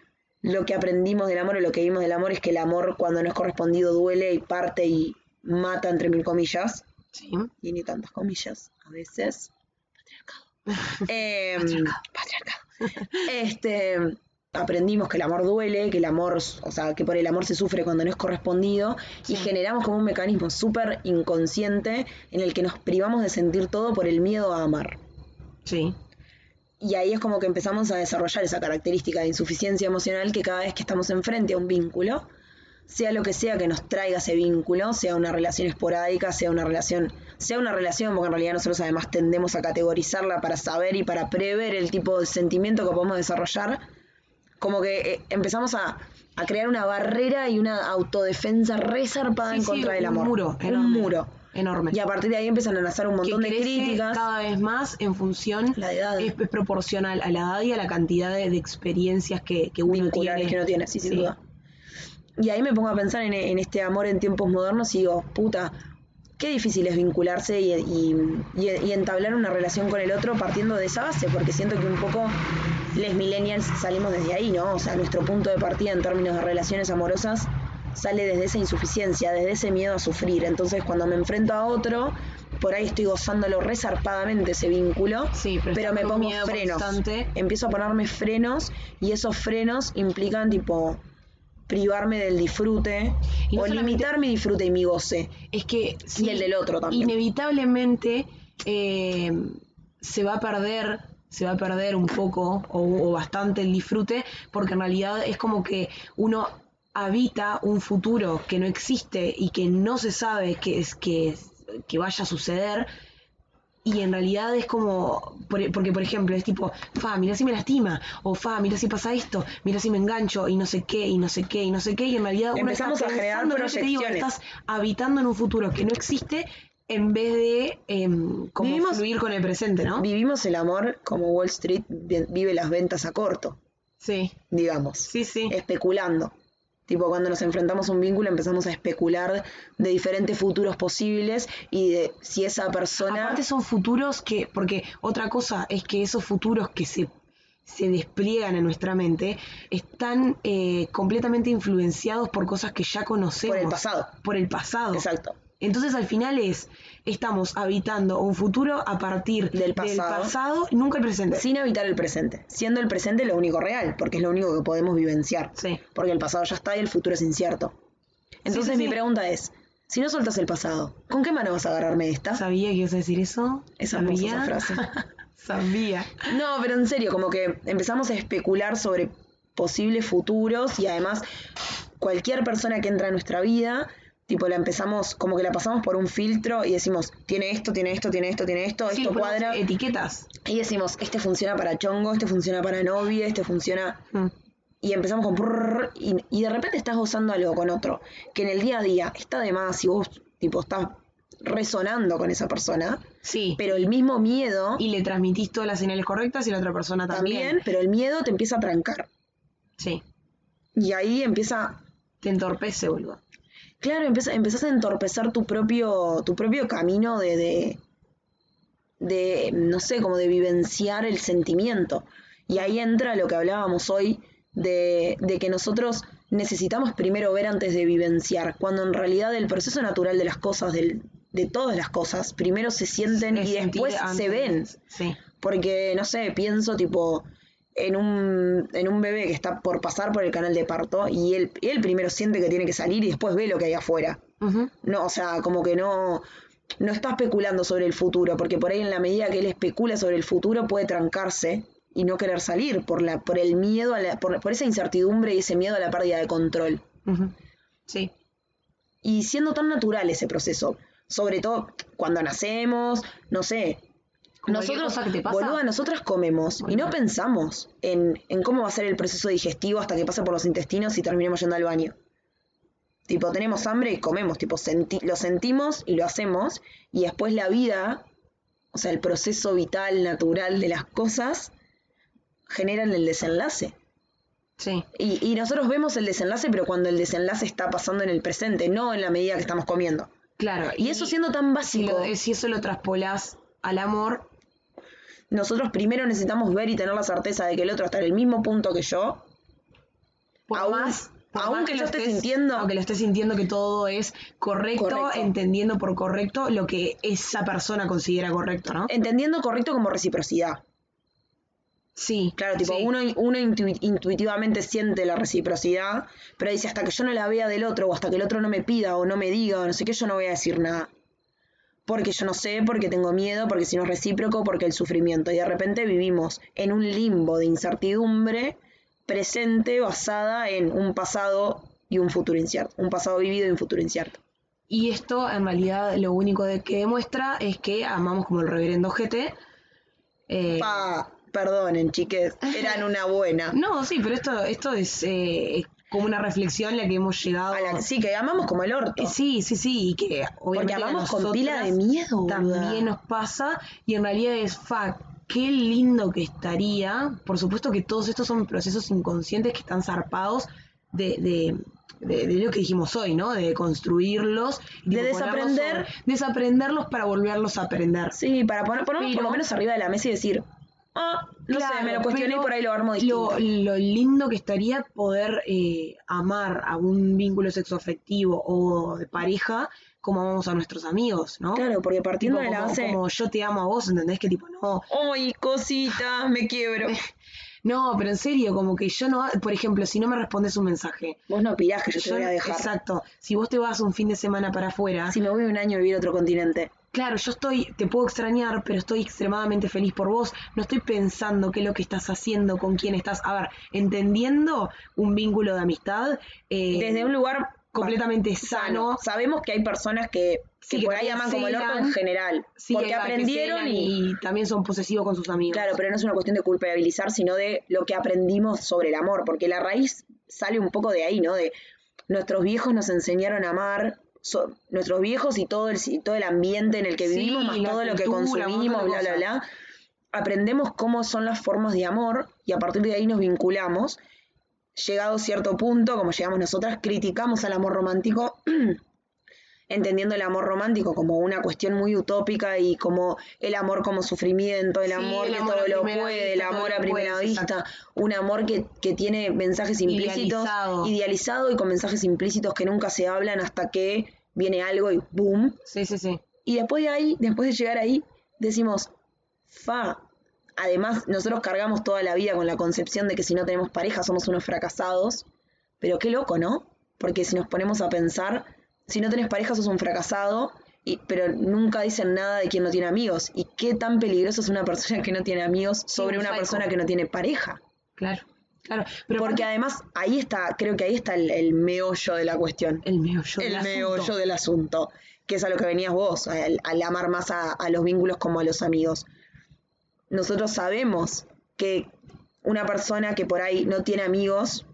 C: lo que aprendimos del amor o lo que vimos del amor es que el amor cuando no es correspondido duele y parte y mata entre mil comillas
A: Sí.
C: tiene tantas comillas a veces. Patriarcado. Em, patriarcado. Este, aprendimos que el amor duele, que el amor, o sea, que por el amor se sufre cuando no es correspondido
A: Sí.
C: y generamos como un mecanismo súper inconsciente en el que nos privamos de sentir todo por el miedo a amar.
A: Sí.
C: Y ahí es como que empezamos a desarrollar esa característica de insuficiencia emocional que cada vez que estamos enfrente a un vínculo, sea lo que sea que nos traiga ese vínculo, sea una relación esporádica, sea una relación, sea una relación, porque en realidad nosotros además tendemos a categorizarla para saber y para prever el tipo de sentimiento que podemos desarrollar, como que eh, empezamos a, a crear una barrera y una autodefensa resarpada
A: Sí,
C: Ah, en
A: sí,
C: contra del
A: un
C: amor.
A: muro
C: un
A: enorme.
C: muro.
A: enorme.
C: Y a partir de ahí empiezan a nacer un
A: que
C: montón de
A: crece
C: críticas.
A: cada vez más en función
C: La edad.
A: es, es proporcional a la edad y a la cantidad de, de experiencias que, que uno
C: vinculares
A: tiene.
C: que no tiene, sí, sin
A: Sí.
C: duda. Y ahí me pongo a pensar en, en este amor en tiempos modernos y digo, puta, qué difícil es vincularse y, y- y- y entablar una relación con el otro partiendo de esa base, porque siento que un poco les millennials salimos desde ahí, ¿no? O sea, nuestro punto de partida en términos de relaciones amorosas sale desde esa insuficiencia, desde ese miedo a sufrir. Entonces, cuando me enfrento a otro, por ahí estoy gozándolo resarpadamente ese vínculo,
A: Sí, pero
C: pero,
A: está
C: me
A: con un
C: pongo
A: miedo
C: frenos
A: constante.
C: empiezo a ponerme frenos y esos frenos implican tipo privarme del disfrute
A: Y no
C: o
A: solamente-
C: limitar mi disfrute y mi goce.
A: Es que sí,
C: el del otro también.
A: Inevitablemente eh, se va a perder, se va a perder un poco o, o bastante el disfrute, porque en realidad es como que uno habita un futuro que no existe y que no se sabe que es que, es- que vaya a suceder. Y en realidad es como, por- porque por ejemplo, es tipo, fa, mira si me lastima, o fa, mira si pasa esto, mira si me engancho, y no sé qué, y no sé qué, y no sé qué, y en realidad uno está
C: Empezamos a generar
A: pensando en lo que te digo,
C: proyecciones.
A: estás habitando en un futuro que no existe en vez de em, como
C: Vivimos-
A: fluir con el presente, ¿no?
C: Vivimos el amor como Wall Street vi- vive las ventas a corto,
A: Sí,
C: digamos,
A: sí, sí.
C: Eh, especulando. Tipo, cuando nos enfrentamos a un vínculo empezamos a especular de diferentes futuros posibles y de si esa persona...
A: Aparte son futuros que, porque otra cosa es que esos futuros que se, se despliegan en nuestra mente están eh, completamente influenciados por cosas que ya conocemos.
C: pasado.
A: Por el pasado.
C: Exacto.
A: Entonces al final es, estamos habitando un futuro a partir
C: Del pasado.
A: pasado, nunca el presente.
C: Sin habitar el presente, siendo el presente lo único real, porque es lo único que podemos vivenciar.
A: Sí.
C: Porque el pasado ya está y el futuro es incierto. Entonces
A: sí,
C: mi
A: sí.
C: pregunta es, si no soltas el pasado, ¿con qué mano vas a agarrarme esta?
A: ¿Sabía que ibas a decir eso?
C: Es hermosa
A: ¿Sabía?
C: esa frase.
A: Sabía.
C: No, pero en serio, como que empezamos a especular sobre posibles futuros y además cualquier persona que entra a nuestra vida, tipo la empezamos, como que la pasamos por un filtro y decimos, tiene esto, tiene esto, tiene esto, tiene esto,
A: Sí, le
C: esto
A: ponemos
C: cuadra.
A: Etiquetas.
C: Y decimos, este funciona para chongo, este funciona para novia, este funciona
A: Mm.
C: y empezamos con prrrr, y, y de repente estás gozando algo con otro, que en el día a día está de más y vos tipo estás resonando con esa persona,
A: Sí.
C: pero el mismo miedo
A: y le transmitís todas las señales correctas y la otra persona
C: también,
A: también.
C: pero el miedo te empieza a trancar.
A: Sí.
C: Y ahí empieza,
A: Te entorpece, boludo.
C: claro, empieza, empezás a entorpecer tu propio, tu propio camino de, de, de, no sé, como de vivenciar el sentimiento. Y ahí entra lo que hablábamos hoy de, de que nosotros necesitamos primero ver antes de vivenciar, cuando en realidad el proceso natural de las cosas, del, de todas las cosas, primero se sienten
A: Es
C: y
A: sentir
C: después se
A: antes.
C: ven.
A: Sí.
C: Porque, no sé, pienso tipo en un, en un bebé que está por pasar por el canal de parto y él, él primero siente que tiene que salir y después ve lo que hay afuera.
A: Ujú.
C: No, o sea, como que no, no está especulando sobre el futuro, porque por ahí en la medida que él especula sobre el futuro puede trancarse y no querer salir por la, por el miedo a la, por, por esa incertidumbre y ese miedo a la pérdida de control.
A: Ujú. Sí.
C: Y siendo tan natural ese proceso, sobre todo cuando nacemos, no sé,
A: Como cualquier
C: nosotros,
A: cosa que te pasa.
C: boluda, nosotras comemos y no
A: Boluda.
C: pensamos en, en cómo va a ser el proceso digestivo hasta que pase por los intestinos y terminemos yendo al baño. Tipo, tenemos hambre y comemos, tipo, senti- lo sentimos y lo hacemos, y después la vida, o sea, el proceso vital, natural de las cosas, generan el desenlace.
A: Sí.
C: Y, y nosotros vemos el desenlace, pero cuando el desenlace está pasando en el presente, no en la medida que estamos comiendo.
A: Claro.
C: Y eso siendo tan
A: si,
C: básico,
A: lo- si eso lo traspolás al amor,
C: nosotros primero necesitamos ver y tener la certeza de que el otro está en el mismo punto que yo.
A: por
C: Aún-
A: más. por
C: aún
A: más
C: que lo estés sintiendo.
A: Aunque lo estés sintiendo que todo es correcto,
C: Correcto.
A: entendiendo por correcto lo que esa persona considera correcto, ¿no?
C: Entendiendo correcto como reciprocidad.
A: Sí.
C: Claro, tipo,
A: sí.
C: uno, uno intu- intuitivamente siente la reciprocidad, pero dice, hasta que yo no la vea del otro, o hasta que el otro no me pida, o no me diga, o no sé qué, yo no voy a decir nada. Porque yo no sé, porque tengo miedo, porque si no es recíproco, porque el sufrimiento. Y de repente vivimos en un limbo de incertidumbre presente basada en un pasado y un futuro incierto. Un pasado vivido y un futuro incierto.
A: Y esto en realidad lo único de- que demuestra es que amamos como el reverendo GT. eh,
C: Pa, perdonen, chiques, eran una buena.
A: no, sí, pero esto, esto es eh, como una reflexión la que hemos llegado.
C: A la- sí, que amamos como el orto.
A: Eh, Sí, sí, sí, y que obviamente a
C: amamos con
A: nosotras
C: pila de miedo, boluda.
A: También nos pasa y en realidad es, fa, qué lindo que estaría. Por supuesto que todos estos son procesos inconscientes que están zarpados de, de, de- de lo que dijimos hoy, ¿no? De construirlos.
C: De
A: tipo, ponerlos
C: desaprender.
A: sobre- desaprenderlos para volverlos a aprender.
C: Sí, para poner, ponernos por
A: Pero-
C: lo menos arriba de la mesa y decir, ah, no sé,
A: Claro,
C: me lo cuestioné y
A: pero
C: por ahí lo armo distinto.
A: Lo, lo lindo que estaría poder eh, amar a un vínculo sexoafectivo o de pareja como amamos a nuestros amigos, ¿no?
C: Claro, porque partiendo
A: Tipo,
C: de la
A: como,
C: base,
A: como yo te amo a vos, ¿entendés? Que tipo, no,
C: ¡ay, cosita! Me quiebro.
A: Eh, no, pero en serio, como que yo no, por ejemplo, si no me respondes un mensaje,
C: Vos no pirás que yo te
A: yo-
C: voy a dejar.
A: exacto, si vos te vas un fin de semana para afuera,
C: Si me voy un año a vivir a otro continente.
A: claro, yo estoy, te puedo extrañar, pero estoy extremadamente feliz por vos, no estoy pensando qué es lo que estás haciendo, con quién estás, a ver, entendiendo un vínculo de amistad, eh,
C: Desde un lugar
A: completamente
C: sano,
A: sano,
C: sabemos que hay personas que, que
A: Sí, que
C: por
A: por
C: ahí
A: ahí
C: aman como el orto
A: celan.
C: en general.
A: sí,
C: porque
A: ahí va, que
C: aprendieron
A: celan
C: y,
A: y también son posesivos con sus amigos.
C: Claro, pero no es una cuestión de culpabilizar, sino de lo que aprendimos sobre el amor, porque la raíz sale un poco de ahí, ¿no? De nuestros viejos nos enseñaron a amar, so- nuestros viejos y todo el, y todo el ambiente en el que
A: Sí,
C: vivimos, más
A: la
C: todo lo que
A: cultura, un montón de
C: consumimos, bla, bla,
A: cosas.
C: bla. Aprendemos cómo son las formas de amor y a partir de ahí nos vinculamos. Llegado cierto punto, como llegamos nosotras, criticamos al amor romántico entendiendo el amor romántico como una cuestión muy utópica y como el amor como sufrimiento, el
A: Sí,
C: amor
A: el
C: que
A: amor
C: todo
A: a
C: lo
A: primera
C: puede,
A: vista,
C: el
A: todo
C: amor
A: lo
C: a primera
A: puede,
C: vista,
A: exacto.
C: un amor que, que tiene mensajes implícitos,
A: Idealizado.
C: idealizado y con mensajes implícitos que nunca se hablan hasta que viene algo y boom.
A: Sí, sí, sí.
C: Y después de ahí, después de llegar ahí, decimos, fa. Además, nosotros cargamos toda la vida con la concepción de que si no tenemos pareja somos unos fracasados. Pero qué loco, ¿no? Porque si nos ponemos a pensar, si no tenés pareja sos un fracasado, y, pero nunca dicen nada de quien no tiene amigos. ¿Y qué tan peligroso es una persona que no tiene amigos sobre
A: un
C: una
A: psycho.
C: persona que no tiene pareja?
A: Claro, claro. Pero
C: Porque
A: aparte-
C: además ahí está, creo que ahí está el, el meollo de la cuestión
A: el meollo del
C: el
A: asunto.
C: meollo del asunto, que es a lo que venías vos, al, al amar más a, a los vínculos como a los amigos. Nosotros sabemos que una persona que por ahí no tiene amigos,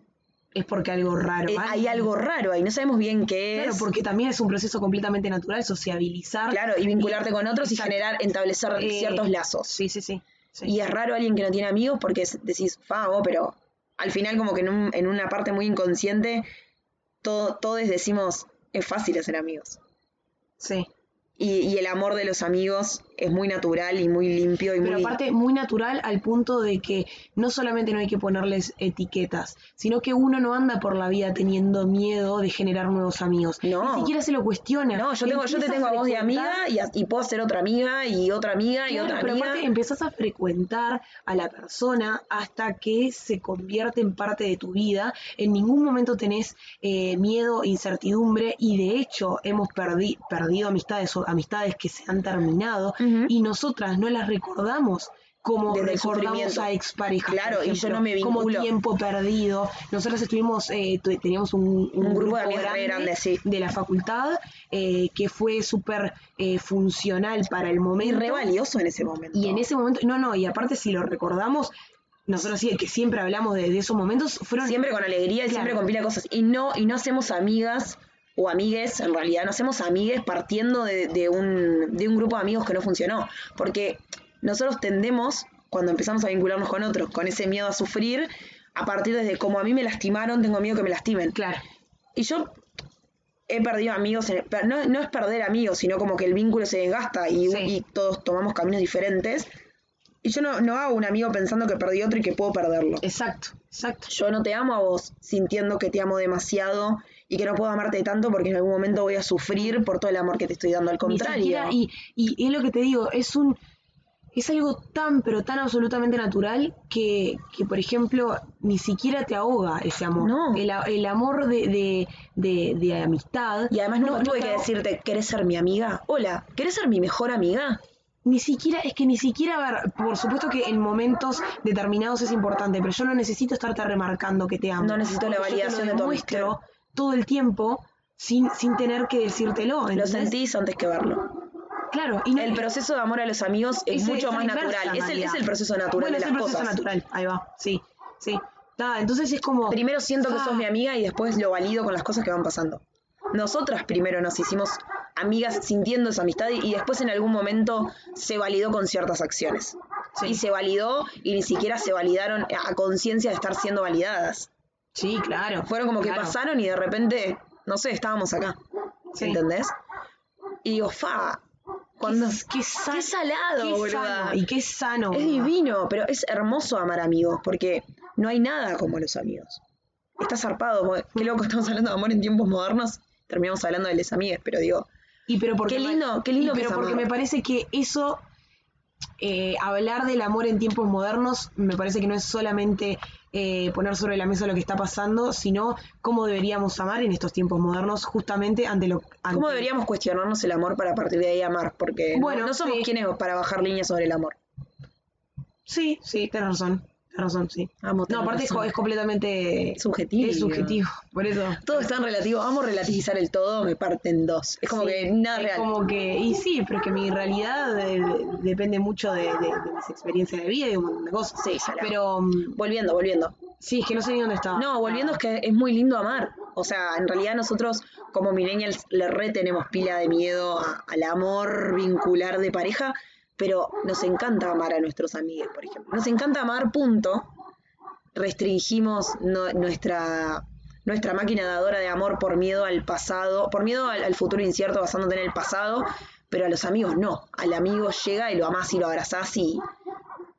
A: es porque algo raro.
C: eh, hay algo raro ahí, no sabemos bien qué
A: Claro,
C: es.
A: porque también es un proceso completamente natural sociabilizar.
C: Claro, y vincularte con otros
A: Exacto.
C: y generar, establecer
A: Eh,
C: ciertos lazos.
A: Sí, sí, sí. sí.
C: Y es raro alguien que no tiene amigos porque es- decís, fago, pero al final como que en, un- en una parte muy inconsciente, todo, todos decimos, es fácil hacer amigos.
A: sí.
C: Y, y el amor de los amigos es muy natural y muy limpio y
A: Pero
C: muy...
A: aparte, muy natural al punto de que no solamente no hay que ponerles etiquetas, sino que uno no anda por la vida teniendo miedo de generar nuevos amigos.
C: No.
A: Ni siquiera se lo cuestiona.
C: no, yo, tengo, yo te
A: Empiezas
C: tengo a vos de
A: frecuentar-
C: amiga y, a- y puedo ser otra amiga y otra amiga y
A: Claro,
C: otra
A: pero
C: amiga.
A: aparte empezás a frecuentar a la persona hasta que se convierte en parte de tu vida. En ningún momento tenés eh, miedo, incertidumbre y de hecho hemos perdi- perdido amistades o amistades que se han terminado
C: Ujú.
A: y nosotras no las recordamos como
C: Desde el
A: recordamos
C: sufrimiento.
A: a exparejas.
C: Claro,
A: por
C: y yo
A: ejemplo,
C: no me vinculo.
A: Como tiempo perdido. Nosotras estuvimos, eh, tu- teníamos un, un
C: Un grupo de amigas re grande, sí.
A: de la facultad eh, que fue súper eh, funcional para el
C: Y
A: momento.
C: re valioso en ese momento.
A: Y en ese momento, no, no, y aparte si lo recordamos, nosotros sí que siempre hablamos de, de esos momentos, fueron...
C: Siempre con alegría y
A: Claro.
C: siempre con pila de cosas. Y no, y no hacemos amigas o amigues, en realidad, no hacemos amigues partiendo de, de un, de un grupo de amigos que no funcionó. Porque nosotros tendemos, cuando empezamos a vincularnos con otros, con ese miedo a sufrir, a partir desde como a mí me lastimaron, tengo miedo que me lastimen.
A: Claro,
C: Y yo he perdido amigos, en- pero no, no es perder amigos, sino como que el vínculo se desgasta y,
A: Sí.
C: y todos tomamos caminos diferentes. Y yo no, no hago un amigo pensando que perdí otro y que puedo perderlo.
A: exacto, exacto.
C: Yo no te amo a vos sintiendo que te amo demasiado y que no puedo amarte tanto porque en algún momento voy a sufrir por todo el amor que te estoy dando. Al
A: Ni
C: contrario,
A: siquiera- y, y es lo que te digo, es un... Es algo tan, pero tan absolutamente natural que, que, por ejemplo, ni siquiera te ahoga ese amor.
C: No.
A: El, a- el amor de, de, de, de amistad.
C: y además nunca
A: no- no
C: tuve
A: te
C: que
A: ahoga.
C: decirte, ¿querés ser mi amiga? Hola, ¿querés ser mi mejor amiga?
A: Ni siquiera, es que ni siquiera, a ver, por supuesto que en momentos determinados es importante, pero yo no necesito estarte remarcando que te amo.
C: No necesito la
A: Porque yo te lo
C: validación de tu
A: demuestro
C: amistad.
A: todo el tiempo sin, sin tener que decírtelo.
C: Lo
A: ¿entendés?
C: sentís antes que verlo.
A: Claro, y no-
C: El proceso de amor a los amigos es
A: ese-
C: mucho
A: esa
C: más
A: inversa
C: natural. Es el,
A: realidad.
C: es el proceso natural
A: Bueno,
C: de
A: es
C: las
A: el proceso
C: cosas.
A: natural, ahí va, sí, sí. Nada, entonces es como.
C: Primero siento que
A: Ah.
C: sos mi amiga y después lo valido con las cosas que van pasando. Nosotras primero nos hicimos amigas sintiendo esa amistad y, y después en algún momento se validó con ciertas acciones.
A: Sí.
C: Y se validó y ni siquiera se validaron a- a conciencia de estar siendo validadas.
A: Sí, claro.
C: Fueron como que
A: claro.
C: pasaron y de repente, no sé, estábamos acá.
A: Sí.
C: ¿Entendés? Y digo, fa, cuando...
A: Qué, qué sa-
C: qué salado,
A: qué
C: boluda.
A: sano. Y qué sano.
C: Es
A: boluda.
C: divino, pero es hermoso amar amigos, porque no hay nada como los amigos. Está zarpado, porque qué loco estamos hablando de amor en tiempos modernos, terminamos hablando de les amigues, pero digo,
A: Y pero porque
C: Qué
A: me-
C: lindo, qué lindo
A: y
C: que
A: pero
C: es
A: porque
C: amar.
A: me parece que eso, eh, hablar del amor en tiempos modernos, me parece que no es solamente eh, poner sobre la mesa lo que está pasando, sino cómo deberíamos amar en estos tiempos modernos, justamente ante lo. ante-
C: ¿cómo deberíamos cuestionarnos el amor para a partir de ahí amar? Porque
A: Bueno,
C: no, no somos
A: sí.
C: quienes para bajar líneas sobre el amor.
A: Sí, sí, tenés razón. Tenés razón, sí.
C: Amo, tenés
A: no, aparte es,
C: razón.
A: co- es completamente.
C: Subjetivo.
A: Es subjetivo, por eso.
C: Todo es tan relativo, vamos a relativizar el todo, me parte en dos. Es como
A: Sí,
C: que nada
A: es
C: real.
A: Como que, y sí, pero es que mi realidad eh, depende mucho de, de- de mis experiencias de vida y de un montón de cosas.
C: Sí, salado.
A: Pero mm,
C: Volviendo, volviendo.
A: sí, es que no sé ni dónde estaba.
C: No, volviendo es que es muy lindo amar. O sea, en realidad nosotros como millennials le re tenemos pila de miedo a- al amor vincular de pareja, pero nos encanta amar a nuestros amigos, por ejemplo. Nos encanta amar, punto. Restringimos no- nuestra, nuestra máquina dadora de amor por miedo al pasado, por miedo al, al futuro incierto basándote en el pasado, pero a los amigos no. Al amigo llega y lo amás y lo abrazás y,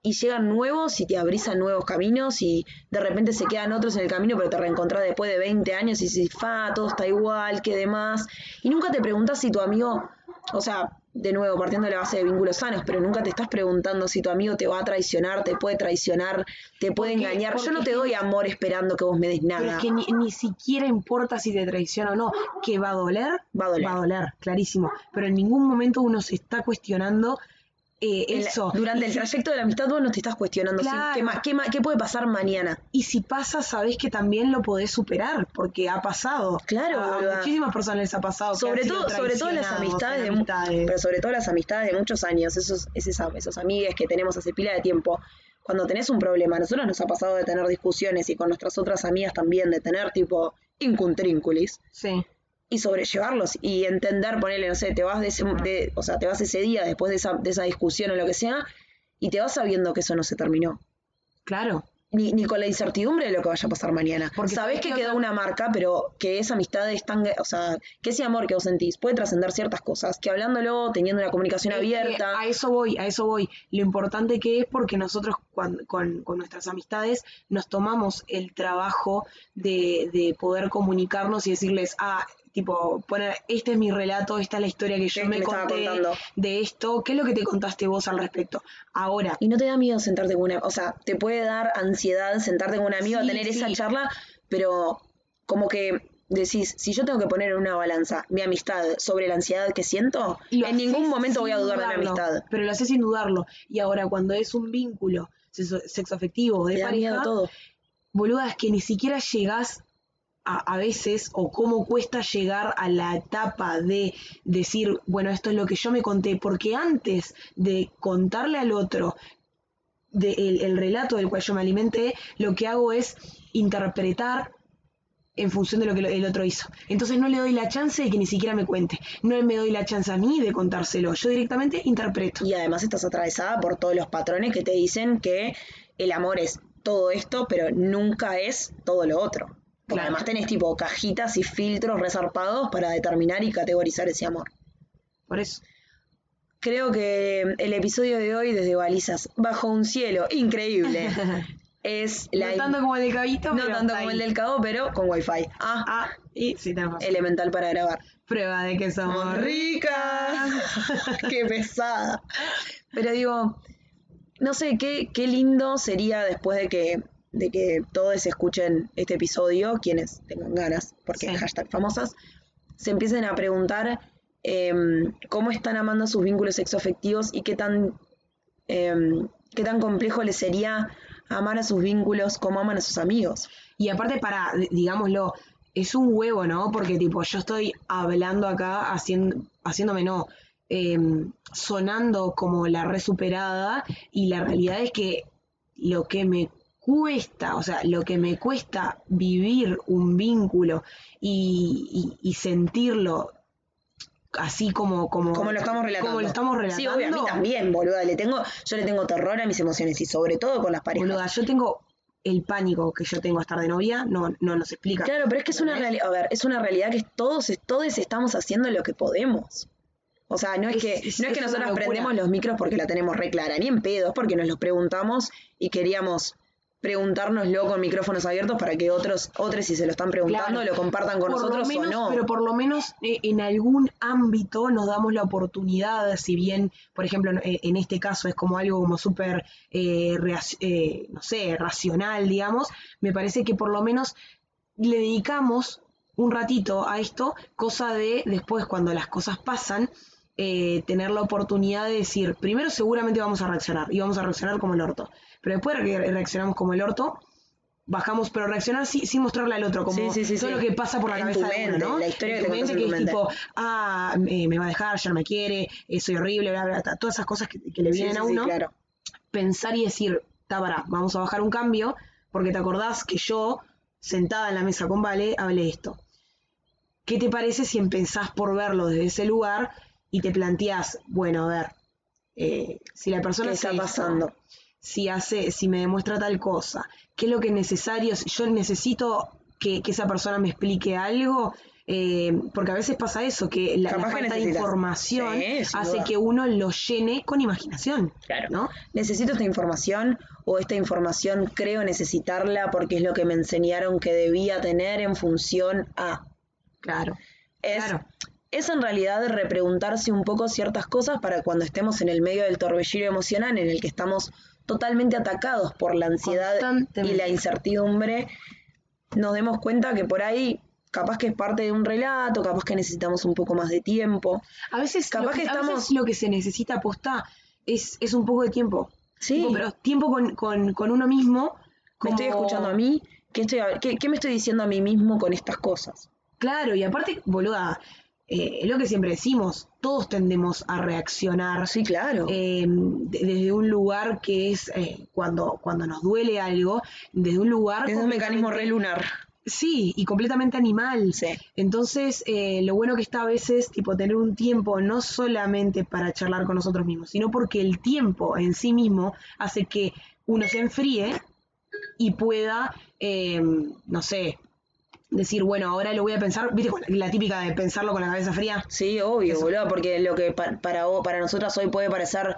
C: y llegan nuevos y te abrizan nuevos caminos y de repente se quedan otros en el camino, pero te reencontrás después de 20 años y dices, fa, todo está igual, qué demás. Y nunca te preguntas si tu amigo, o sea, de nuevo, partiendo de la base de vínculos sanos, pero nunca te estás preguntando si tu amigo te va a traicionar, te puede traicionar, te puede
A: Porque-
C: engañar. Yo
A: porque
C: no te
A: es que-
C: doy amor esperando que vos me des
A: Pero
C: nada.
A: es que ni, ni siquiera importa si te traiciona o no, que va a doler,
C: Va a doler.
A: va a doler, clarísimo. Pero en ningún momento uno se está cuestionando eh,
C: En la-
A: eso.
C: durante
A: y,
C: el
A: si-
C: trayecto de la amistad vos no te estás cuestionando si-
A: Claro.
C: ¿qué, ma- qué ma- qué puede pasar mañana.
A: y si pasa, sabés que también lo podés superar, porque ha pasado.
C: Claro,
A: A- a
C: boluda.
A: muchísimas personas les ha pasado. que
C: sobre
A: han sido
C: todo sobre todo
A: traicionados
C: las
A: en
C: amistades, de, mu-
A: amistades.
C: pero sobre todo las amistades de muchos años esos es esa- esos amigues que tenemos hace pila de tiempo cuando tenés un problema a nosotros nos ha pasado de tener discusiones y con nuestras otras amigas también de tener tipo incutrínculis
A: Sí.
C: y sobrellevarlos y entender, ponerle, no sé, te vas de ese, de- o sea, te vas ese día después de esa, de esa discusión o lo que sea, y te vas sabiendo que eso no se terminó.
A: Claro,
C: Ni, ni con la incertidumbre de lo que vaya a pasar mañana.
A: Porque
C: Sabés
A: sabés
C: que
A: que
C: quedó
A: otra-
C: una marca, pero que esa amistad es tan. O sea, que ese amor que vos sentís puede trascender ciertas cosas. Que hablándolo, teniendo una comunicación
A: Es que
C: abierta.
A: A eso voy, a eso voy. Lo importante que es porque nosotros cuan- con, con nuestras amistades nos tomamos el trabajo de, de poder comunicarnos y decirles, ah, tipo, poner, este es mi relato, esta es la historia que yo
C: que
A: me,
C: me estaba
A: conté
C: contando.
A: de esto, ¿qué es lo que te contaste vos al respecto? Ahora,
C: Y no te da miedo sentarte con una. O sea, te puede dar ansiedad sentarte con un amigo a
A: Sí,
C: tener esa
A: sí.
C: charla, pero como que decís, si yo tengo que poner en una balanza mi amistad sobre la ansiedad que siento,
A: lo
C: en ningún
A: haces
C: momento voy a
A: sin
C: dudar de mi
A: dudarlo,
C: amistad.
A: Pero lo haces sin dudarlo. Y ahora cuando es un vínculo sexo- sexoafectivo de
C: Te da miedo
A: pareja,
C: todo.
A: boluda, es que ni siquiera llegás a, a veces, o cómo cuesta llegar a la etapa de decir, bueno, esto es lo que yo me conté, porque antes de contarle al otro de el, el relato del cual yo me alimenté, lo que hago es interpretar en función de lo que lo- el otro hizo. Entonces no le doy la chance de que ni siquiera me cuente. No me doy la chance a mí de contárselo. Yo directamente interpreto.
C: Y además estás atravesada por todos los patrones que te dicen que el amor es todo esto, pero nunca es todo lo otro. Porque
A: Claro.
C: además tenés tipo cajitas y filtros resarpados para determinar y categorizar ese amor.
A: Por eso.
C: Creo que el episodio de hoy desde Balizas, bajo un cielo increíble, es la...
A: no tanto como el de Cabito,
C: no
A: pero
C: tanto
A: está
C: como
A: ahí.
C: el del cabo, pero con wifi. Ah,
A: Ah, y sí, tenés razón.
C: elemental para grabar.
A: Prueba de que somos ricos.
C: ricas. qué pesada. Pero digo, no sé, qué, qué lindo sería después de que, de que todos escuchen este episodio, quienes tengan ganas, porque
A: Sí.
C: hashtag famosas, se empiecen a preguntar eh, cómo están amando sus vínculos sexoafectivos y qué tan, eh, qué tan complejo les sería amar a sus vínculos como aman a sus amigos.
A: Y aparte, para, digámoslo, es un huevo, ¿no? Porque, tipo, yo estoy hablando acá, haciendo, haciéndome, no, em, sonando como la resuperada, y la realidad es que lo que me cuesta, o sea, lo que me cuesta vivir un vínculo y, y- y sentirlo así como, como,
C: Como lo estamos relatando.
A: como lo estamos
C: Sí,
A: relatando.
C: obvio, a mí también, boluda. Le tengo, yo le tengo terror a mis emociones y sobre todo con las parejas.
A: Boluda, yo tengo el pánico que yo tengo a estar de novia, no, no nos explica.
C: Claro, pero es que es una realidad, a ver, es una realidad que todos, todos estamos haciendo lo que podemos. O sea, no es,
A: Es-
C: que,
A: es-
C: no es
A: es
C: que
A: una
C: nosotros
A: locura.
C: prendemos los micros porque la tenemos re clara, ni en pedos, porque nos los preguntamos y queríamos preguntárnoslo con micrófonos abiertos para que otros, otros si se lo están preguntando,
A: Claro.
C: lo compartan
A: Por
C: con
A: lo
C: nosotros
A: menos-
C: o no.
A: Pero por lo menos eh, en algún ámbito nos damos la oportunidad, si bien, por ejemplo, en, en este caso es como algo como súper, eh, reac- eh, no sé, racional, digamos, me parece que por lo menos le dedicamos un ratito a esto, cosa de después cuando las cosas pasan, eh, tener la oportunidad de decir, primero seguramente vamos a reaccionar, y vamos a reaccionar como el orto, pero después re- reaccionamos como el orto, bajamos, pero reaccionar sí- sin mostrarle al otro, como
C: Sí, sí, sí,
A: todo
C: sí.
A: lo que pasa por la
C: En
A: cabeza
C: tu
A: de uno,
C: mente,
A: ¿no?
C: la historia
A: En
C: que
A: tu
C: te
A: mente
C: cuentas en
A: que
C: tu
A: es
C: mente.
A: tipo, ah, eh, me va a dejar, ya no me quiere, eh, soy horrible, bla, bla, bla, todas esas cosas que, que le
C: Sí,
A: vienen
C: sí,
A: a
C: sí,
A: uno
C: claro.
A: pensar y decir, "Ta, pará, vamos a bajar un cambio, porque te acordás que yo, sentada en la mesa con Vale, hablé esto. ¿Qué te parece si empezás por verlo desde ese lugar y te planteás, bueno, a ver, eh, si la persona
C: ¿Qué
A: hace
C: está
A: esto,
C: pasando?
A: si hace, si me demuestra tal cosa, qué es lo que es necesario, si yo necesito que, que esa persona me explique algo, eh, porque a veces pasa eso, que la, la
C: Capaz que
A: falta de
C: necesitas.
A: información
C: Sí, sin
A: hace
C: duda.
A: que uno lo llene con imaginación,
C: Claro.
A: ¿no?
C: necesito esta información o esta información creo necesitarla porque es lo que me enseñaron que debía tener en función a.
A: Claro.
C: Es,
A: Claro.
C: es en realidad repreguntarse un poco ciertas cosas para cuando estemos en el medio del torbellino emocional en el que estamos totalmente atacados por la ansiedad y
A: Constantemente.
C: la incertidumbre, nos demos cuenta que por ahí capaz que es parte de un relato, capaz que necesitamos un poco más de tiempo.
A: A veces,
C: Capaz
A: lo, que,
C: que
A: a veces
C: estamos-
A: lo que se necesita aposta es, es un poco de tiempo.
C: Sí.
A: Tipo, pero tiempo con, con- con uno mismo.
C: Me
A: como-
C: estoy escuchando a mí, ¿qué, estoy, qué- qué me estoy diciendo a mí mismo con estas cosas?
A: Claro, y aparte, boluda, eh, es lo que siempre decimos, todos tendemos a reaccionar
C: Sí, claro.
A: eh, de- desde un lugar que es eh, cuando, cuando nos duele algo, desde un lugar...
C: es un mecanismo re
A: completamente-
C: lunar.
A: Sí, y completamente animal.
C: Sí.
A: Entonces, eh, lo bueno que está a veces, tipo, tener un tiempo no solamente para charlar con nosotros mismos, sino porque el tiempo en sí mismo hace que uno se enfríe y pueda, eh, no sé, decir, bueno, ahora lo voy a pensar, viste, con la- la típica de pensarlo con la cabeza fría.
C: Sí, obvio,
A: Eso.
C: boludo, porque lo que pa- para vos, para nosotras hoy puede parecer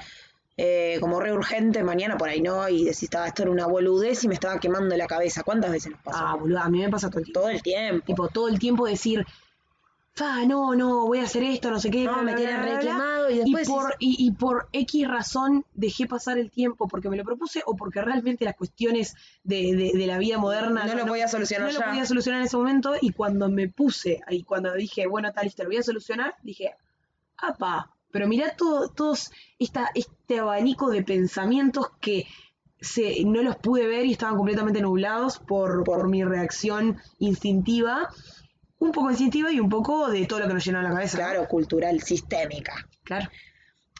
C: eh, como re urgente, mañana por ahí no, y decís, "Ah, esto era una boludez y me estaba quemando la cabeza. ¿Cuántas veces nos pasó?
A: Ah, boludo, a mí me pasa todo el tiempo.
C: Todo el tiempo.
A: Tipo, todo el tiempo decir, fa, no, no, voy a hacer esto, no sé qué.
C: No,
A: bla,
C: me
A: bla,
C: tiene
A: bla, bla,
C: requemado
A: bla".
C: y después
A: por, y, y por X razón dejé pasar el tiempo porque me lo propuse o porque realmente las cuestiones de, de- de la vida moderna
C: no lo podía solucionar
A: no lo
C: ya.
A: podía solucionar en ese momento. Y cuando me puse y cuando dije, bueno, tal, listo, lo voy a solucionar, dije, apa, pero mirá todo, todos esta, este abanico de pensamientos que se, no los pude ver y estaban completamente nublados por, por mi reacción instintiva, un poco instintiva y un poco de todo lo que nos llenaba la cabeza. ¿no?
C: Claro, cultural, sistémica.
A: claro.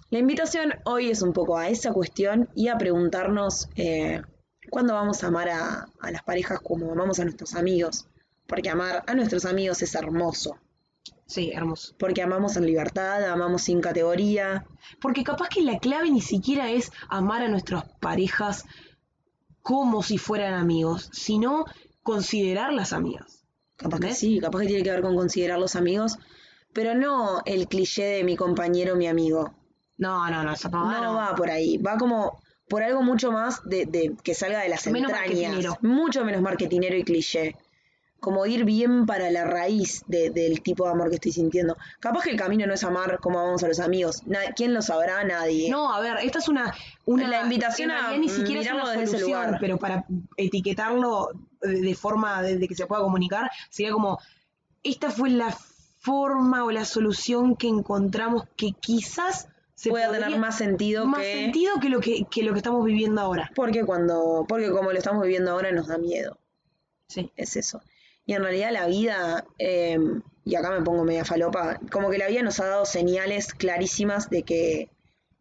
C: La invitación hoy es un poco a esa cuestión y a preguntarnos eh, cuándo vamos a amar a, a las parejas como amamos a nuestros amigos. Porque amar a nuestros amigos es hermoso.
A: Sí, hermoso.
C: Porque amamos en libertad, amamos sin categoría.
A: Porque capaz que la clave ni siquiera es amar a nuestras parejas como si fueran amigos, sino considerarlas amigas.
C: Capaz que
A: ¿Entendés?
C: sí, capaz que tiene que ver con considerar los amigos, pero no el cliché de mi compañero, mi amigo.
A: No, no, no, esa pavada no.
C: No va por ahí, va como por algo mucho más de, de que salga de las
A: Menos
C: entrañas.
A: marketinero.
C: Mucho menos marketinero y cliché. Como ir bien para la raíz de- del tipo de amor que estoy sintiendo. Capaz que el camino no es amar como amamos a los amigos. Na- ¿Quién lo sabrá? Nadie.
A: No, a ver, esta es una, una
C: La invitación
A: en realidad
C: a
A: ni siquiera es una
C: mirarlo desde ese
A: solución,
C: lugar.
A: pero para etiquetarlo de, de forma de, de que se pueda comunicar, sería como esta fue la forma o la solución que encontramos que quizás se
C: Puede
A: podría-
C: tener más sentido
A: más
C: que...
A: sentido que lo que, que lo que estamos viviendo ahora.
C: Porque cuando, porque como lo estamos viviendo ahora nos da miedo.
A: Sí.
C: es eso. Y en realidad la vida, eh, y acá me pongo media falopa, como que la vida nos ha dado señales clarísimas de que,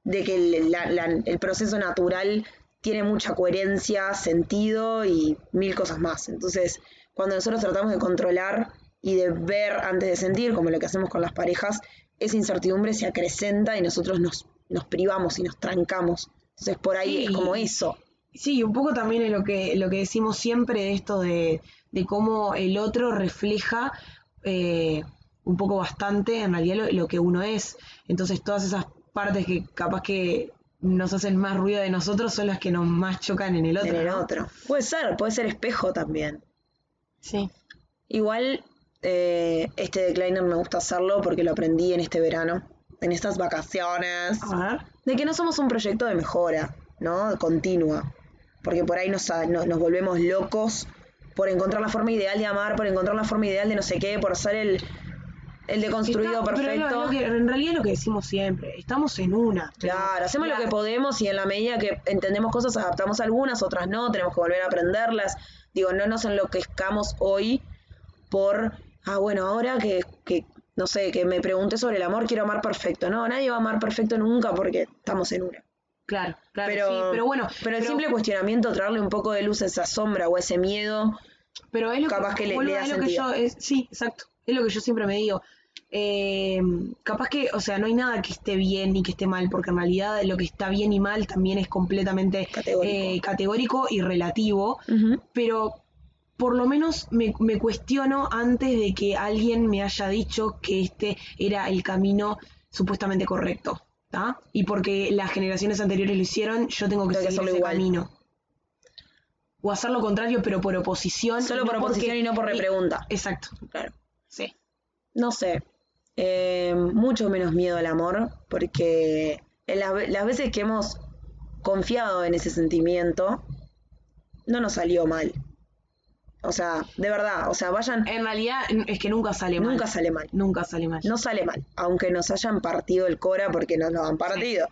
C: de que el, la- la- el proceso natural tiene mucha coherencia, sentido y mil cosas más. Entonces, cuando nosotros tratamos de controlar y de ver antes de sentir, como lo que hacemos con las parejas, esa incertidumbre se acrecenta y nosotros nos, nos privamos y nos trancamos. Entonces, por ahí
A: Sí.
C: es como eso.
A: Sí, un poco también es lo que, lo que decimos siempre de esto de, de cómo el otro refleja eh, un poco bastante en realidad lo, lo que uno es. Entonces todas esas partes que capaz que nos hacen más ruido de nosotros son las que nos más chocan en el otro,
C: en el
A: ¿no?
C: otro. Puede ser, puede ser espejo también.
A: Sí.
C: Igual, eh, este decliner me gusta hacerlo porque lo aprendí en este verano, en estas vacaciones.
A: A ver.
C: de que no somos un proyecto de mejora, ¿no? Continua. Porque por ahí nos, a- no- nos volvemos locos por encontrar la forma ideal de amar, por encontrar la forma ideal de no sé qué, por hacer el, el deconstruido
A: Está- pero
C: perfecto.
A: lo- lo que- en realidad es lo que decimos siempre, estamos en una. pero-
C: Claro, hacemos
A: Claro.
C: lo que podemos y en la medida que entendemos cosas adaptamos algunas, otras no, tenemos que volver a aprenderlas. Digo, no nos enloquezcamos hoy por, ah, bueno, ahora que, que, no sé, que me pregunté sobre el amor, quiero amar perfecto. No, nadie va a amar perfecto nunca porque estamos en una.
A: Claro, claro,
C: pero,
A: sí, pero bueno,
C: pero el
A: pero-
C: simple cuestionamiento, traerle un poco de luz a esa sombra o a ese miedo,
A: Pero es lo
C: Capaz que le-
A: boluda,
C: le da
A: es lo que
C: sentido.
A: yo, es- sí, exacto, es lo que yo siempre me digo. Eh, capaz que, o sea, no hay nada que esté bien ni que esté mal, porque en realidad lo que está bien y mal también es completamente
C: Categórico.
A: eh, categórico y relativo, pero por lo menos me, me cuestiono antes de que alguien me haya dicho que este era el camino supuestamente correcto. ¿tá? Y porque las generaciones anteriores lo hicieron, yo tengo que
C: Tengo que
A: seguir
C: hacerlo
A: ese
C: igual.
A: camino. O hacer lo contrario, pero por oposición.
C: solo
A: no
C: por oposición
A: porque-
C: y no por repregunta.
A: Exacto,
C: Claro.
A: sí.
C: No sé, eh, mucho menos miedo al amor, porque en las, ve- las veces que hemos confiado en ese sentimiento, no nos salió mal. O sea, de verdad, o sea, vayan,
A: En realidad n- es que nunca Eh, sale mal.
C: nunca sale mal.
A: Nunca sale mal.
C: no sale mal, aunque nos hayan partido el cora porque nos lo han partido.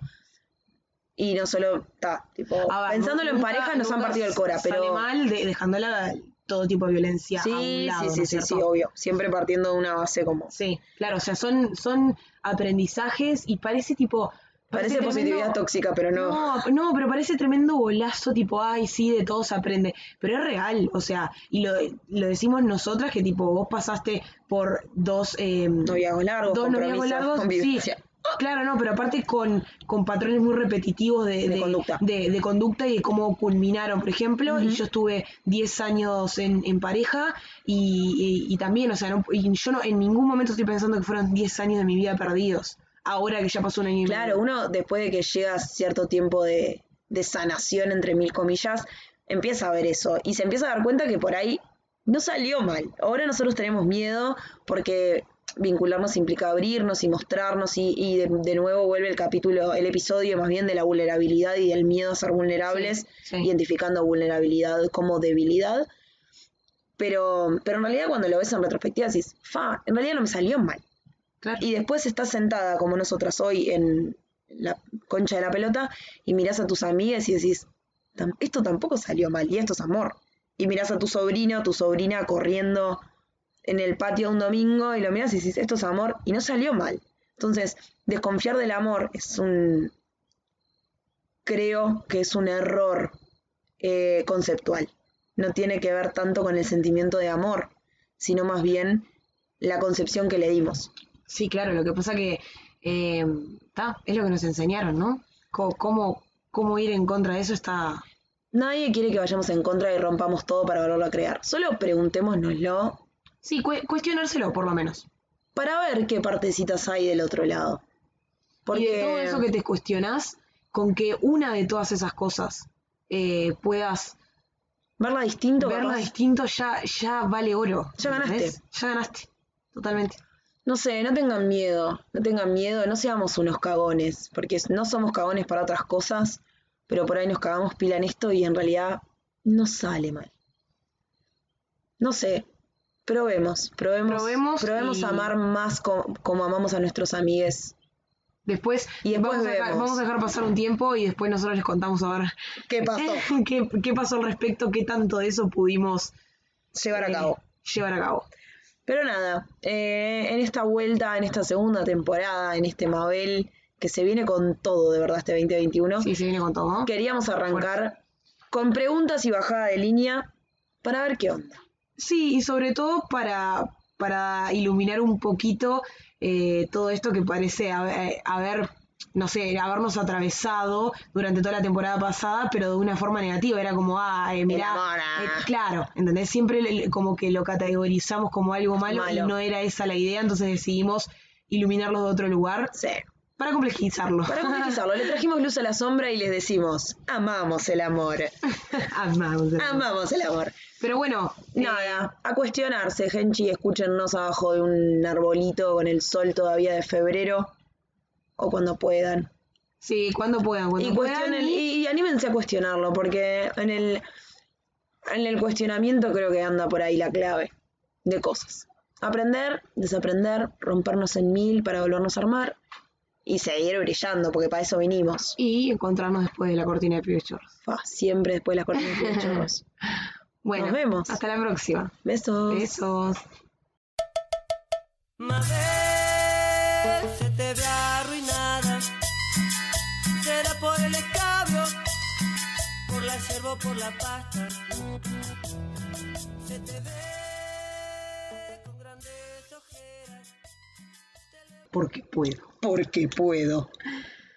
C: Y no solo, está, tipo,
A: A ver,
C: pensándolo en
A: nunca-
C: pareja nos han
A: nunca
C: partido el cora,
A: sale
C: pero...
A: mal de- dejándola todo tipo de violencia a un
C: sí,
A: lado,
C: sí,
A: ¿no
C: sí,
A: es
C: sí, sí,
A: cierto?
C: obvio. Siempre partiendo de una base como...
A: Sí, claro, o sea, son, son aprendizajes y parece tipo...
C: Parece
A: tremendo-
C: positividad tóxica, pero no.
A: No, no, pero parece tremendo golazo, tipo, ay, sí, de todo se aprende. Pero es real, o sea, y lo, lo decimos nosotras que, tipo, vos pasaste por dos. Eh,
C: Noviazgos largos,
A: dos noviazgos
C: compromisos,
A: largos, sí. Ah,
C: convivencia.
A: Claro, no, pero aparte con, con patrones muy repetitivos de,
C: De conducta.
A: de- de conducta y de cómo culminaron, por ejemplo. Y yo estuve 10 años en, en pareja y, y- y también, o sea, no- y yo no, en ningún momento estoy pensando que fueron 10 años de mi vida perdidos. Ahora que ya pasó un año y medio.
C: Claro, uno después de que llega cierto tiempo de, de sanación, entre mil comillas, empieza a ver eso y se empieza a dar cuenta que por ahí no salió mal. Ahora nosotros tenemos miedo porque vincularnos implica abrirnos y mostrarnos y, y de, de nuevo vuelve el capítulo, el episodio más bien de la vulnerabilidad y del miedo a ser vulnerables,
A: Sí, sí.
C: identificando vulnerabilidad como debilidad. Pero, pero en realidad cuando lo ves en retrospectiva decís, fa, en realidad no me salió mal.
A: Claro.
C: Y después estás sentada, como nosotras hoy, en la concha de la pelota, y mirás a tus amigas y decís, "Tam- esto tampoco salió mal, y esto es amor. Y mirás a tu sobrino, tu sobrina corriendo en el patio un domingo, y lo mirás y decís, esto es amor, y no salió mal. Entonces, desconfiar del amor es un, creo que es un error eh, conceptual. No tiene que ver tanto con el sentimiento de amor, sino más bien la concepción que le dimos.
A: Sí, claro, lo que pasa que eh, ta, es lo que nos enseñaron, ¿no? Co- Cómo, cómo ir en contra de eso está...
C: Nadie quiere que vayamos en contra y rompamos todo para volverlo a crear. Solo preguntémonoslo
A: Sí, cue- cuestionárselo por lo menos.
C: para ver qué partecitas hay del otro lado. Porque
A: Y de todo eso que te cuestionás, con que una de todas esas cosas eh, puedas
C: verla distinto,
A: verla
C: capaz.
A: distinto, ya, ya vale oro.
C: Ya ganaste.
A: ¿entendés? Ya ganaste, totalmente.
C: No sé, no tengan miedo, no tengan miedo, no seamos unos cagones, porque es- no somos cagones para otras cosas, pero por ahí nos cagamos pila en esto y en realidad no sale mal. No sé, probemos, probemos,
A: Probemos
C: probemos
A: y-
C: amar más co- como amamos a nuestros amigues.
A: Después,
C: Y después
A: vamos, a dejar,
C: vemos.
A: vamos a dejar pasar un tiempo y después nosotros les contamos a ver
C: ¿Qué pasó?
A: qué, qué pasó al respecto, qué tanto de eso pudimos
C: Llevar a
A: eh,
C: cabo.
A: llevar a cabo.
C: Pero nada, eh, en esta vuelta, en esta segunda temporada, en este Mabel, que se viene con todo, de verdad, este 2021,
A: Sí, se viene con todo, ¿no?
C: queríamos arrancar con preguntas y bajada de línea para ver qué onda.
A: Sí, y sobre todo para, para iluminar un poquito eh, todo esto que parece haber, eh, haber, no sé, habernos atravesado durante toda la temporada pasada, pero de una forma negativa. Era como, ah, eh, mirá,
C: Enamora.
A: eh, claro, ¿entendés? Siempre le- como que lo categorizamos como algo malo,
C: Malo.
A: y no era esa la idea, entonces decidimos iluminarlo de otro lugar
C: Sí.
A: para complejizarlo.
C: Para complejizarlo, le trajimos luz a la sombra y les decimos, amamos el amor,
A: Amamos, amamos.
C: amamos el amor.
A: Pero bueno, eh,
C: Nada, a cuestionarse, Genchi, escúchennos abajo de un arbolito con el sol todavía de febrero o cuando puedan.
A: sí, cuando puedan, cuando
C: Y,
A: puedan.
C: cuestionen,
A: y-
C: y, y anímense a cuestionarlo, porque en el, en el cuestionamiento creo que anda por ahí la clave de cosas. Aprender, desaprender, rompernos en mil para volvernos a armar y seguir brillando, porque para eso vinimos.
A: y encontrarnos después de la cortina de Pibes Chorros.
C: Fa, siempre después de las cortinas de chorros.
A: Bueno,
C: Nos vemos.
A: hasta la próxima.
C: Besos.
A: Besos.
B: Mabel, se te ve arruinada. Será por el escabio, por la cervo, por la pasta. Se te ve con grandes ojeras.
A: Porque puedo.
C: Porque puedo.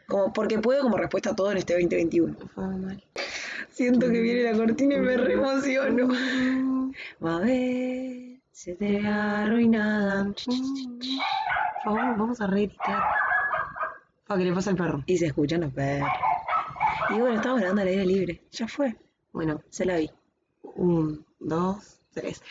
C: Como porque puedo como respuesta a todo en este 2021.
A: Fue mal.
C: Siento que viene la cortina y me reemociono. A ver, se te ve arruinada.
A: Por favor, vamos a reeditar. Para que le pase al perro.
C: Y se escuchan los perros. Y bueno, estamos grabando al aire libre. Ya fue.
A: Bueno,
C: Se la vi.
A: un, dos, tres.